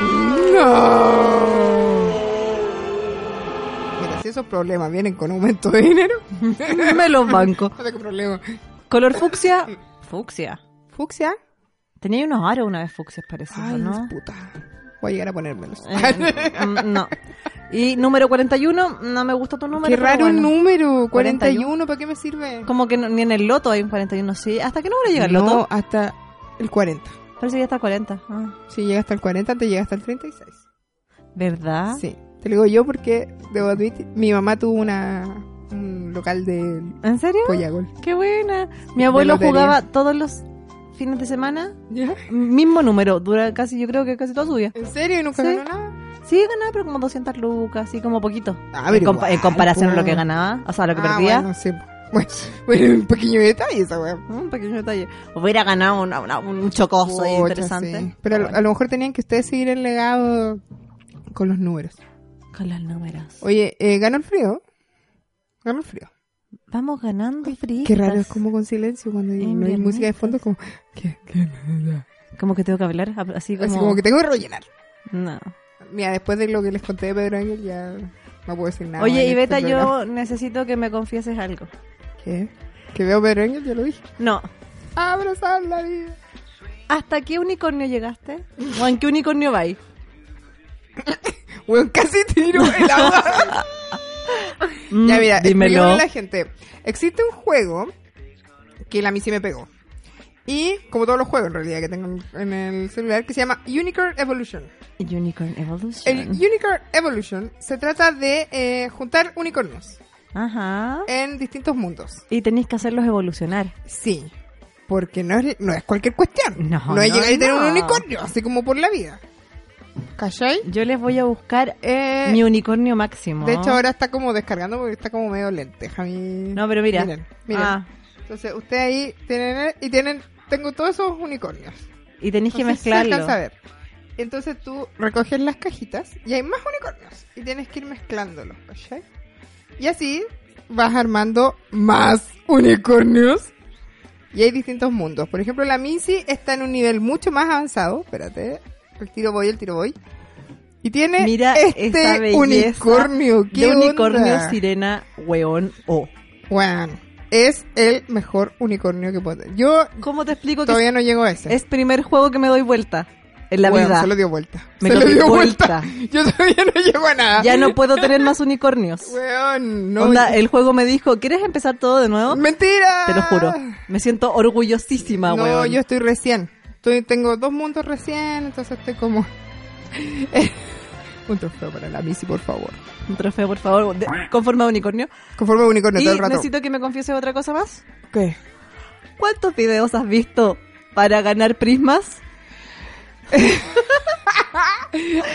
Speaker 3: ¡No! Mira, si esos problemas vienen con aumento de dinero, [laughs]
Speaker 2: Me los banco.
Speaker 3: no tengo problema.
Speaker 2: Color fucsia. Fucsia.
Speaker 3: Fucsia,
Speaker 2: Tenía unos aros una vez fucsias, parece,
Speaker 3: Ay,
Speaker 2: ¿no?
Speaker 3: puta. Voy a llegar a ponérmelos. [laughs]
Speaker 2: Eh, mm, no. Y número 41, no me gusta tu número.
Speaker 3: Qué
Speaker 2: pero
Speaker 3: raro
Speaker 2: bueno.
Speaker 3: número. 41,
Speaker 2: 41,
Speaker 3: ¿para qué me sirve?
Speaker 2: Como que no- ni en el loto hay un 41, sí. ¿Hasta qué número llega el
Speaker 3: no,
Speaker 2: loto?
Speaker 3: hasta el 40.
Speaker 2: Parece que hasta 40. Ah,
Speaker 3: Si llega hasta el 40, te llega hasta el 36.
Speaker 2: ¿Verdad?
Speaker 3: Sí. Te lo digo yo porque, debo admitir, mi mamá tuvo una, un local de
Speaker 2: ¿En serio?
Speaker 3: Pollagol.
Speaker 2: Qué buena. Mi abuelo
Speaker 3: lotería.
Speaker 2: jugaba todos los fines de semana,
Speaker 3: ¿Ya?
Speaker 2: mismo número, dura casi, yo creo que casi toda su vida.
Speaker 3: ¿En serio? ¿Y nunca
Speaker 2: Sí.
Speaker 3: ganó nada?
Speaker 2: Sí, ganaba, pero como 200 lucas, así como poquito.
Speaker 3: Ah, pero
Speaker 2: en, compa-
Speaker 3: igual,
Speaker 2: en comparación a lo
Speaker 3: po.
Speaker 2: que ganaba, o sea, a lo que
Speaker 3: Ah,
Speaker 2: perdía.
Speaker 3: Bueno, sí. Bueno, [laughs] bueno, un pequeño detalle esa weá.
Speaker 2: Un pequeño detalle. Hubiera ganado una- una- un chocoso ahí
Speaker 3: Pucha,
Speaker 2: Oh, interesante.
Speaker 3: sí. Pero a, lo- a lo mejor tenían que ustedes seguir el legado con los números.
Speaker 2: Con los números.
Speaker 3: Oye, eh, ganó el frío. Ganó el frío.
Speaker 2: Vamos ganando frío.
Speaker 3: Qué raro, es como con silencio cuando hay- no hay
Speaker 2: Inviernitas.
Speaker 3: música de fondo, como que, que nada.
Speaker 2: Como que tengo que hablar, hab- así como...
Speaker 3: Así como que tengo que rellenar.
Speaker 2: No.
Speaker 3: Mira, después de lo que les conté de Pedro Ángel, ya no puedo decir nada.
Speaker 2: Oye,
Speaker 3: en
Speaker 2: Iveta,
Speaker 3: este programa.
Speaker 2: yo necesito que me confieses algo.
Speaker 3: ¿Qué? Que veo Pedro Ángel, ya lo dije.
Speaker 2: No.
Speaker 3: Abrazar la vida.
Speaker 2: ¿Hasta qué unicornio llegaste? ¿O en qué unicornio vais?
Speaker 3: Weón, casi tiro el agua.
Speaker 2: [laughs]
Speaker 3: Ya mira,
Speaker 2: Mm, dímelo.
Speaker 3: expliquémosle a la gente. Existe un juego que a mí sí me pegó. Y como todos los juegos en realidad que tengo en el celular, que se llama Unicorn Evolution.
Speaker 2: Unicorn Evolution.
Speaker 3: El Unicorn Evolution se trata de eh, juntar unicornios
Speaker 2: Ajá.
Speaker 3: en distintos mundos.
Speaker 2: Y tenéis que hacerlos evolucionar.
Speaker 3: Sí, porque no es, no es cualquier cuestión.
Speaker 2: No,
Speaker 3: es
Speaker 2: no,
Speaker 3: llegar y tener un
Speaker 2: no.
Speaker 3: unicornio, así como por la vida. ¿Cachai?
Speaker 2: Yo les voy a buscar
Speaker 3: Eh,
Speaker 2: mi unicornio máximo.
Speaker 3: de hecho, ahora está como descargando porque está como medio lenteja mi-
Speaker 2: No, pero mira.
Speaker 3: Miren, miren.
Speaker 2: Ah,
Speaker 3: Entonces, ustedes ahí tienen y tienen tengo todos esos unicornios.
Speaker 2: y tenéis que
Speaker 3: [laughs] Entonces, se alcanza a
Speaker 2: mezclarlo.
Speaker 3: ver. Entonces tú recoges las cajitas y hay más unicornios y tienes que ir mezclándolos, ¿cachai? Y así vas armando más unicornios y hay distintos mundos. Por ejemplo, la Mincy está en un nivel mucho más avanzado. Espérate, el tiro voy, el tiro voy. Y tiene
Speaker 2: Mira esta
Speaker 3: este
Speaker 2: belleza
Speaker 3: unicornio. ¿Qué
Speaker 2: De unicornio,
Speaker 3: onda?
Speaker 2: sirena, weón o.
Speaker 3: Bueno, es el mejor unicornio que puede. Yo
Speaker 2: ¿Cómo te explico que
Speaker 3: todavía no llego a ese.
Speaker 2: es primer juego que me doy vuelta en la
Speaker 3: Bueno,
Speaker 2: vida?
Speaker 3: Se lo dio vuelta.
Speaker 2: Me
Speaker 3: se
Speaker 2: lo
Speaker 3: lo
Speaker 2: di
Speaker 3: dio vuelta.
Speaker 2: vuelta.
Speaker 3: [laughs] Yo todavía no llego a nada.
Speaker 2: Ya no puedo tener más unicornios.
Speaker 3: ah, Weón, no.
Speaker 2: Onda, el juego me dijo, ¿quieres empezar todo de nuevo?
Speaker 3: Mentira.
Speaker 2: Te lo juro. Me siento orgullosísima,
Speaker 3: no,
Speaker 2: weón.
Speaker 3: yo estoy recién. Estoy, tengo dos mundos recién, entonces estoy como. [laughs] Un trofeo para la Missy, por favor.
Speaker 2: Un trofeo, por favor, de- con forma de unicornio.
Speaker 3: Conforme a unicornio
Speaker 2: y
Speaker 3: todo el rato.
Speaker 2: necesito que me confieses otra cosa más.
Speaker 3: ¿Qué?
Speaker 2: ¿Cuántos videos has visto para ganar prismas?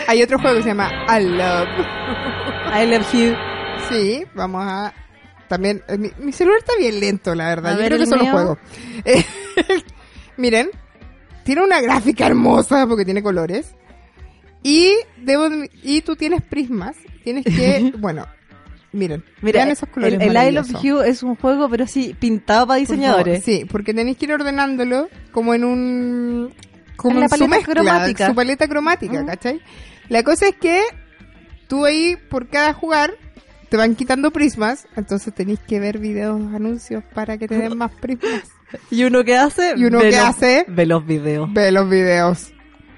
Speaker 3: Hay otro juego que se llama I Love.
Speaker 2: I love you.
Speaker 3: Sí, vamos a. También. eh, Mi, mi celular está bien lento, la verdad.
Speaker 2: A
Speaker 3: Yo
Speaker 2: ver,
Speaker 3: creo que
Speaker 2: el
Speaker 3: son los
Speaker 2: mío.
Speaker 3: juegos. Eh, [laughs] Miren, tiene una gráfica hermosa porque tiene colores. Y debo admi- y tú tienes prismas. Tienes
Speaker 2: [laughs]
Speaker 3: que. bueno, miren.
Speaker 2: Mira,
Speaker 3: vean esos colores.
Speaker 2: el, el I love
Speaker 3: maravillosos.
Speaker 2: you es un juego, pero sí, pintado para
Speaker 3: Por
Speaker 2: diseñadores.
Speaker 3: favor, sí, porque tenéis que ir ordenándolo como en un. Como
Speaker 2: En la
Speaker 3: su
Speaker 2: paleta
Speaker 3: mezcla,
Speaker 2: cromática.
Speaker 3: Su paleta cromática,
Speaker 2: Ujú.
Speaker 3: ¿cachai? La cosa es que tú ahí, por cada jugar, te van quitando prismas, entonces tenéis que ver videos, anuncios para que te den más
Speaker 2: [laughs]
Speaker 3: prismas.
Speaker 2: Y uno que hace,
Speaker 3: Y uno
Speaker 2: ve
Speaker 3: que
Speaker 2: los-
Speaker 3: hace-
Speaker 2: ve los videos.
Speaker 3: Ve los videos.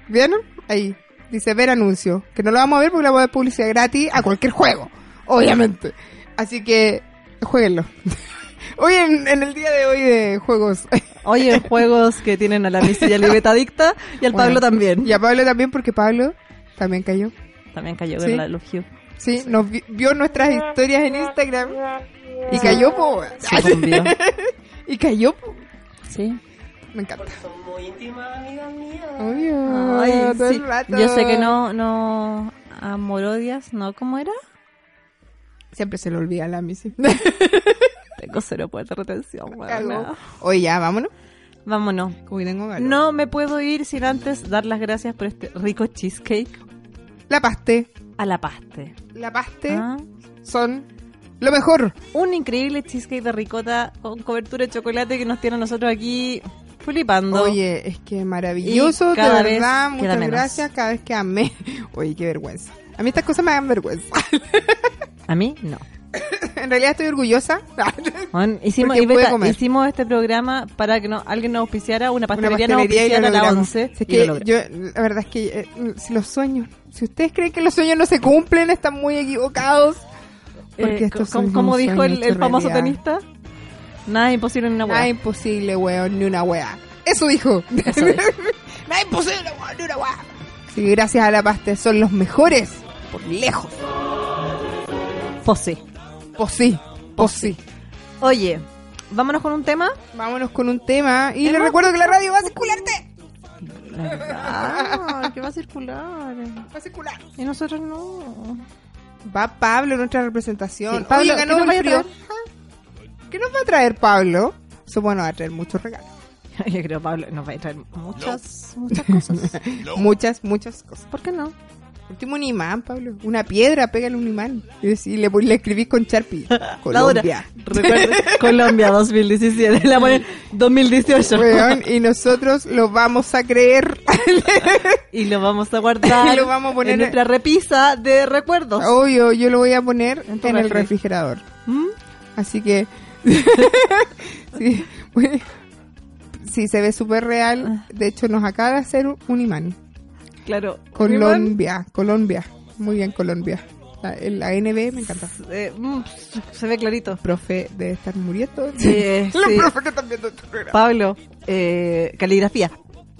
Speaker 3: ¿Vieron? Ahí. Dice ver anuncio. Que no lo vamos a ver porque le vamos a dar publicidad gratis a cualquier juego. Obviamente. Así que, jueguenlo. [laughs] hoy en, en el día de hoy de juegos.
Speaker 2: Oye, juegos que tienen a la Missy y a la Iveta adicta y al
Speaker 3: Bueno,
Speaker 2: Pablo también.
Speaker 3: Y a Pablo también, porque Pablo también cayó.
Speaker 2: También cayó
Speaker 3: Sí.
Speaker 2: con la Love You.
Speaker 3: Sí, nos vi- vio nuestras historias en Instagram y cayó, po. weón.
Speaker 2: Se convió.
Speaker 3: [laughs] Y cayó, po.
Speaker 2: Sí.
Speaker 3: Me encanta.
Speaker 5: Son muy íntimas, amigas mías.
Speaker 3: Obvio,
Speaker 2: Ay,
Speaker 3: Ah, todo
Speaker 2: sí.
Speaker 3: el rato.
Speaker 2: Yo sé que no, no, amorodias, ¿no? ¿Cómo era?
Speaker 3: Siempre se le olvida a la misi.
Speaker 2: Tengo cero poder de retención,
Speaker 3: [laughs] Cagó.
Speaker 2: bueno.
Speaker 3: Oye, ya, vámonos.
Speaker 2: Vámonos.
Speaker 3: Como que tengo calor.
Speaker 2: No me puedo ir sin antes dar las gracias por este rico cheesecake
Speaker 3: La paste.
Speaker 2: a la paste.
Speaker 3: La paste
Speaker 2: Ah.
Speaker 3: son lo mejor.
Speaker 2: Un increíble cheesecake de ricota con cobertura de chocolate que nos tiene a nosotros aquí flipando.
Speaker 3: Oye, es que maravilloso,
Speaker 2: Y
Speaker 3: de
Speaker 2: cada vez
Speaker 3: verdad.
Speaker 2: queda
Speaker 3: Muchas
Speaker 2: menos.
Speaker 3: gracias. Cada vez que amé. [laughs] Oye, qué vergüenza. A mí estas cosas me dan vergüenza.
Speaker 2: A mí, no.
Speaker 3: en realidad estoy orgullosa [laughs]
Speaker 2: Juan, hicimos,
Speaker 3: Porque
Speaker 2: y Beta,
Speaker 3: puede comer.
Speaker 2: hicimos este programa para que no, alguien nos auspiciara, una
Speaker 3: Una
Speaker 2: pastelería,
Speaker 3: pastelería y lo
Speaker 2: nos auspiciara a la
Speaker 3: logramos.
Speaker 2: 11.
Speaker 3: Si es
Speaker 2: y
Speaker 3: que
Speaker 2: lo logramos.
Speaker 3: yo, la verdad es que eh, si los sueños, si ustedes creen que los sueños no se cumplen, están muy equivocados. Porque
Speaker 2: Eh,
Speaker 3: estos
Speaker 2: co- como,
Speaker 3: sueños
Speaker 2: como
Speaker 3: son
Speaker 2: dijo el,
Speaker 3: hecho
Speaker 2: el famoso
Speaker 3: realidad.
Speaker 2: tenista, nada es imposible en una
Speaker 3: Nada
Speaker 2: hueá.
Speaker 3: imposible, weón, ni una wea. Eso dijo.
Speaker 2: Eso es.
Speaker 3: [laughs] Nada imposible, weón, ni una wea. Sí, gracias a la pasta son los mejores. Por lejos.
Speaker 2: Pose.
Speaker 3: Pues sí, pues sí.
Speaker 2: Oye, vámonos con un tema.
Speaker 3: Vámonos con un tema. Y les recuerdo que la radio va a circularte.
Speaker 2: Ah, que va a circular.
Speaker 3: Va a circular.
Speaker 2: Y nosotros no.
Speaker 3: Va Pablo, nuestra representación.
Speaker 2: Sí, Pablo,
Speaker 3: Oye,
Speaker 2: ¿qué
Speaker 3: ganó
Speaker 2: nos
Speaker 3: el
Speaker 2: vaya a
Speaker 3: frío. ¿Qué nos va a traer Pablo? Supongo va a traer muchos regalos.
Speaker 2: [laughs] Yo creo, Pablo, nos va a traer muchas,
Speaker 3: [laughs]
Speaker 2: muchas cosas.
Speaker 3: Muchas, muchas cosas.
Speaker 2: ¿Por qué no?
Speaker 3: Por Último un imán, Pablo. Una piedra, pégale un imán. Y decí- le, pon- le escribí con Sharpie.
Speaker 2: [laughs]
Speaker 3: Colombia.
Speaker 2: Laura, recuerde, Colombia 2017. La ponen 2018.
Speaker 3: Weón, y nosotros lo vamos a creer.
Speaker 2: Y lo vamos a guardar
Speaker 3: [laughs] Y lo vamos a poner
Speaker 2: en
Speaker 3: en-
Speaker 2: nuestra repisa de recuerdos.
Speaker 3: Obvio, yo lo voy a poner
Speaker 2: En
Speaker 3: en,
Speaker 2: tu
Speaker 3: el
Speaker 2: refri.
Speaker 3: refrigerador.
Speaker 2: ¿Mm?
Speaker 3: Así que. [laughs] sí, bueno, sí, se ve súper real. De hecho, nos acaba de hacer un imán.
Speaker 2: Claro. Iván,
Speaker 3: Colombia, Colombia. Muy bien, Colombia. La, la NB me encanta.
Speaker 2: eh, mm, se ve clarito.
Speaker 3: Profe debe estar muriendo.
Speaker 2: Sí,
Speaker 3: Los
Speaker 2: Eh, sí.
Speaker 3: profes que están viendo este programa.
Speaker 2: Pablo, eh, caligrafía.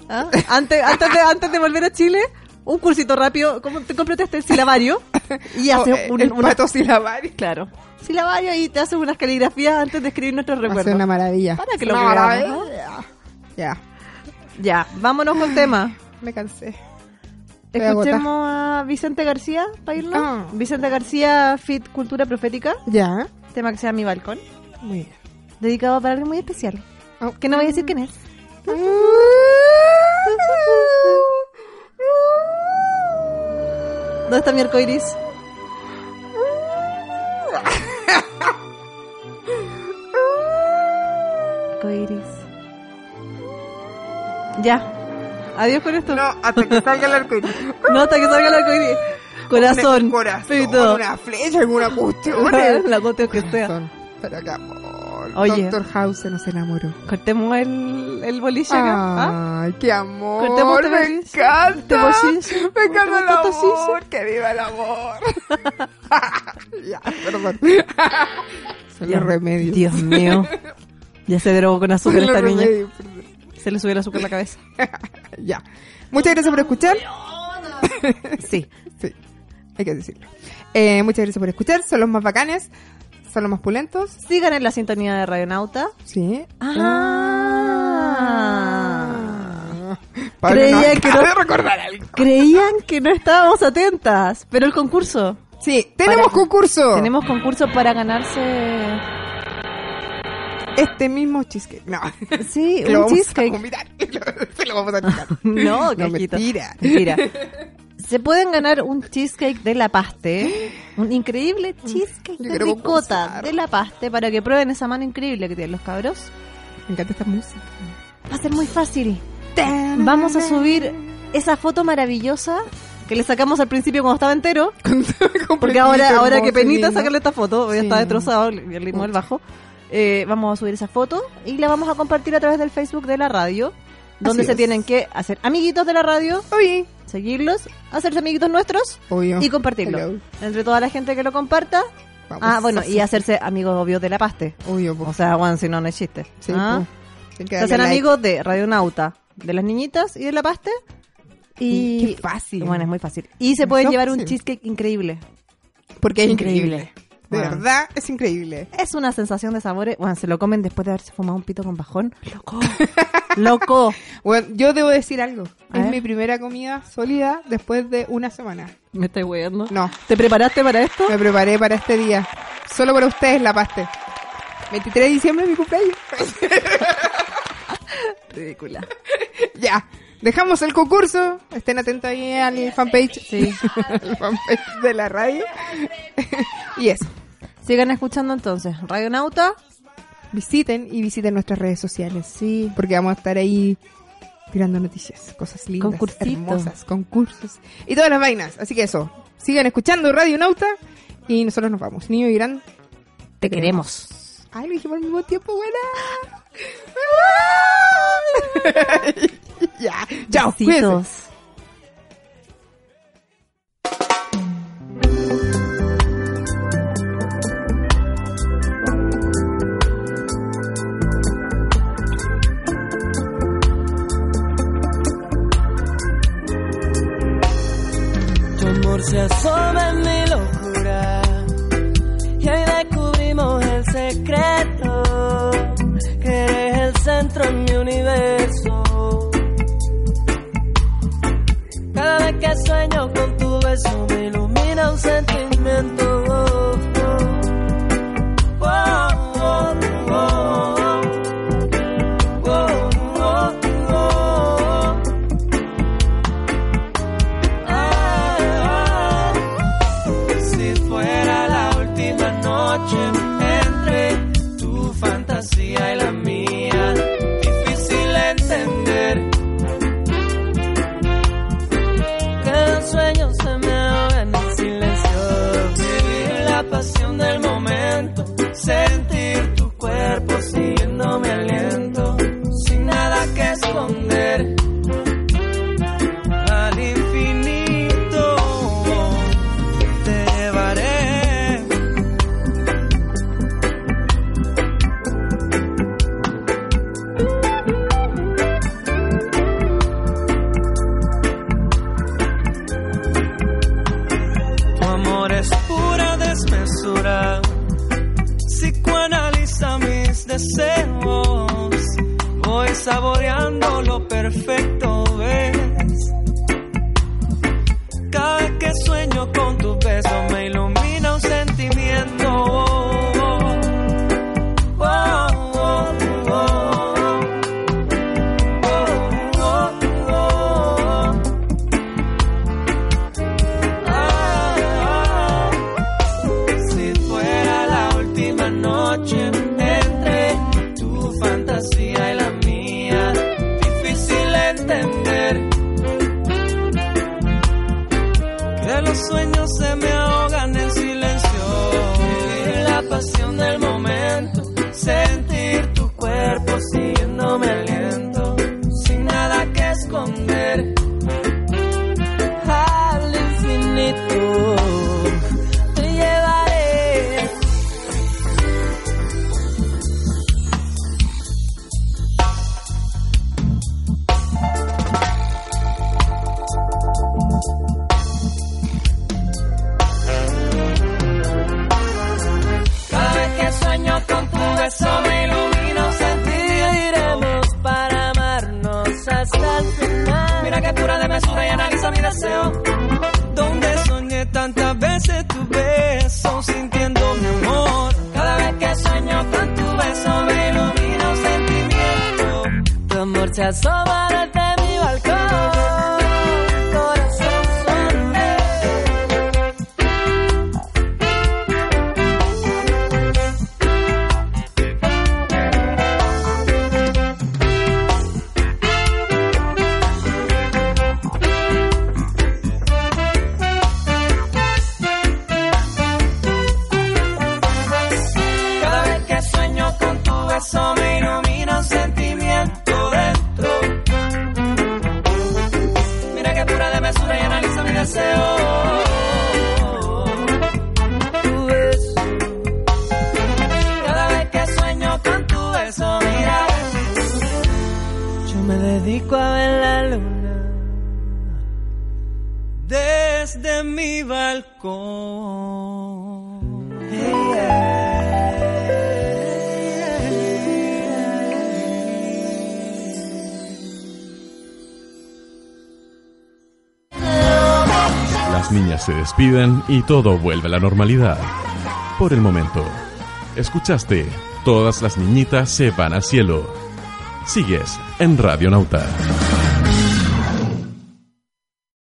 Speaker 2: ¿Ah? Antes, antes, de, antes de volver a Chile, un cursito rápido. como te cómprate este silabario
Speaker 3: [laughs]
Speaker 2: y
Speaker 3: Oh,
Speaker 2: haces
Speaker 3: eh,
Speaker 2: un,
Speaker 3: el
Speaker 2: una-
Speaker 3: pato silabario.
Speaker 2: Claro. Silabario y te haces unas caligrafías antes de escribir nuestros
Speaker 3: Va a ser
Speaker 2: recuerdos.
Speaker 3: una maravilla.
Speaker 2: Para que lo
Speaker 3: Una
Speaker 2: veamos.
Speaker 3: maravilla. Ya,
Speaker 2: Ya, vámonos
Speaker 3: [laughs]
Speaker 2: con tema.
Speaker 3: me cansé. Estoy
Speaker 2: Escuchemos a Vicente García para irnos.
Speaker 3: Ah.
Speaker 2: Vicente García, Fit Cultura Profética,
Speaker 3: Ya,
Speaker 2: tema que se llama Mi Balcón,
Speaker 3: muy bien.
Speaker 2: dedicado para alguien muy especial.
Speaker 3: Oh.
Speaker 2: Que no voy a decir quién es. ¿Dónde está mi arcoiris? Arcoiris. Ya. Adiós con esto.
Speaker 3: No, hasta que salga el arco iris.
Speaker 2: No, hasta que salga el arcoiris. Corazón.
Speaker 3: Un corazón,
Speaker 2: pito.
Speaker 3: una flecha, alguna cuestión.
Speaker 2: [laughs] La cuestión que sea.
Speaker 3: Corazón. Pero qué amor.
Speaker 2: Oye.
Speaker 3: Doctor House se nos enamoró.
Speaker 2: Cortemos el, el bolillo acá. ¿ah?
Speaker 3: Ay, qué amor.
Speaker 2: Cortemos este
Speaker 3: me
Speaker 2: bolsillo. Este
Speaker 3: encanta.
Speaker 2: bolsillo.
Speaker 3: Me encanta el
Speaker 2: Cortemos este
Speaker 3: amor. Que viva el
Speaker 2: [laughs]
Speaker 3: amor. ya, perdón. Son
Speaker 2: Ya.
Speaker 3: los remedios.
Speaker 2: Dios
Speaker 3: [laughs]
Speaker 2: mío. Ya se drogó con
Speaker 3: Son
Speaker 2: azúcar
Speaker 3: los
Speaker 2: esta niña.
Speaker 3: remedios, perdón.
Speaker 2: Se le subió el azúcar a la cabeza.
Speaker 3: Ya. Muchas gracias por escuchar.
Speaker 2: Sí.
Speaker 3: Sí, hay que decirlo. Eh, muchas gracias por escuchar. Son los más bacanes. Son los más pulentos.
Speaker 2: Sigan en la sintonía de Radionauta.
Speaker 3: Sí.
Speaker 2: Ah.
Speaker 3: Pablo
Speaker 2: Creía
Speaker 3: no
Speaker 2: que
Speaker 3: acaba
Speaker 2: no-
Speaker 3: de recordar algo.
Speaker 2: Creían que no estábamos atentas, pero el concurso.
Speaker 3: Sí, tenemos
Speaker 2: Para-
Speaker 3: concurso.
Speaker 2: Tenemos concurso para ganarse.
Speaker 3: este mismo cheesecake. [laughs] No.
Speaker 2: Sí,
Speaker 3: Lo
Speaker 2: un
Speaker 3: vamos a
Speaker 2: cheesecake.
Speaker 3: convidar. Lo- [laughs] Se lo vamos a tirar.
Speaker 2: [laughs] No,
Speaker 3: no
Speaker 2: cajita.
Speaker 3: mentira.
Speaker 2: Mentira. Se pueden ganar un cheesecake de la paste, un increíble cheesecake
Speaker 3: Yo
Speaker 2: de
Speaker 3: quiero
Speaker 2: ricota
Speaker 3: concursar.
Speaker 2: de la paste para que prueben esa mano increíble que tienen los cabros.
Speaker 3: [laughs] Me encanta esta música.
Speaker 2: Va a ser muy fácil. Vamos a subir esa foto maravillosa que le sacamos al principio cuando estaba entero.
Speaker 3: [laughs]
Speaker 2: Porque ahora, ahora que penita sacarle esta foto, ya
Speaker 3: Sí.
Speaker 2: está destrozado, le le dimos el bajo. Eh, vamos a subir esa foto y la vamos a compartir a través del Facebook de la radio, donde
Speaker 3: Así
Speaker 2: se
Speaker 3: es.
Speaker 2: tienen que hacer amiguitos de la radio,
Speaker 3: Oye,
Speaker 2: seguirlos, hacerse amiguitos nuestros
Speaker 3: obvio.
Speaker 2: y compartirlo.
Speaker 3: Hello.
Speaker 2: Entre toda la gente que lo comparta.
Speaker 3: Vamos
Speaker 2: ah, bueno,
Speaker 3: a
Speaker 2: y hacerse amigos obvios de la paste.
Speaker 3: Obvio, po.
Speaker 2: O sea, bueno, si no, no existe.
Speaker 3: Sí,
Speaker 2: Ah.
Speaker 3: po. Hay que
Speaker 2: Se
Speaker 3: darle
Speaker 2: hacen
Speaker 3: like.
Speaker 2: amigos de Radionauta, de las niñitas y de la paste. Y
Speaker 3: Mm, Qué fácil.
Speaker 2: bueno, es muy fácil. Y se
Speaker 3: Es
Speaker 2: puede
Speaker 3: so
Speaker 2: llevar un
Speaker 3: fácil.
Speaker 2: cheesecake increíble.
Speaker 3: Porque es
Speaker 2: Increíble.
Speaker 3: increíble. De
Speaker 2: Bueno.
Speaker 3: verdad, es increíble.
Speaker 2: Es una sensación de sabores. Bueno, se lo comen después de haberse fumado un pito con bajón. Loco. [laughs] Loco.
Speaker 3: Bueno, yo debo decir algo.
Speaker 2: A
Speaker 3: es
Speaker 2: ver.
Speaker 3: mi primera comida sólida después de una semana.
Speaker 2: Me estoy weando.
Speaker 3: No,
Speaker 2: ¿Te preparaste para esto?
Speaker 3: me preparé para este día. Solo para ustedes la paste. 23 de diciembre es mi cumpleaños. [laughs]
Speaker 2: Ridícula.
Speaker 3: ya. Dejamos el concurso. Estén atentos ahí al fanpage. Sí. [laughs] al fanpage de la radio. [laughs] y eso.
Speaker 2: Sigan escuchando entonces. Radionauta.
Speaker 3: Visiten y visiten nuestras redes sociales.
Speaker 2: Sí.
Speaker 3: Porque vamos a estar ahí tirando noticias, cosas lindas,
Speaker 2: Concursito.
Speaker 3: hermosas, concursos y todas las vainas. Así que eso, sigan escuchando Radio Nauta y nosotros nos vamos. Niño y gran,
Speaker 2: Te queremos.
Speaker 3: Ay, lo dijimos al mismo tiempo, [laughs] buena. ya, chao. cuídense.
Speaker 2: Besitos.
Speaker 9: Tu amor se asoma en mi locura y ahí descubrimos el secreto que eres el centro en mi universo. Cada vez que sueño con tu beso me ilumina un sentimiento. Oh, oh. Oh, oh, oh. Oh, oh, oh. Ah, Si fuera la última noche entre tu fantasía y la mía, difícil entender que los sueños se me ahoga en el silencio. Vivir la pasión del momento, sentir tu cuerpo siguiendo mi aliento, sin nada que esconder al infinito te llevaré. Tu amor es pura desmesura. Psicoanaliza mis deseos. Voy saboreando lo perfecto, ves. Cada vez que sueño con tus besos me ilumina un sentimiento. Oh, oh, oh. Oh, oh, oh. Oh, oh, oh. Ah, si fuera la última noche entre tu fantasía y la mía, difícil entender. que los sueños se me ahogan en silencio. Vivir la pasión del momento, sentir tu cuerpo siguiéndome aliento, sin nada que esconder. Al infinito te llevaré. Cada vez que sueño con tu beso me ilumino Sentiremos para amarnos hasta el final Mira que pura de mesura y analiza mi deseo Donde soñé tantas veces tu beso Sintiendo mi amor Cada vez que sueño con tu beso me ilumina un sentimiento Tu amor se asoma desde mi balcón Corazón suelto Cada vez que sueño con tu beso me ilumina un sentimiento dentro. Mira que pura de mesura y analiza mi deseo. Tu beso. Cada vez que sueño con tu beso, mira. Yo me dedico a ver la luna desde mi balcón. Hey, yeah.
Speaker 1: Las niñas se despiden y todo vuelve a la normalidad. Por el momento, escuchaste, todas las niñitas se van al cielo. Sigues en Radionauta. Nauta.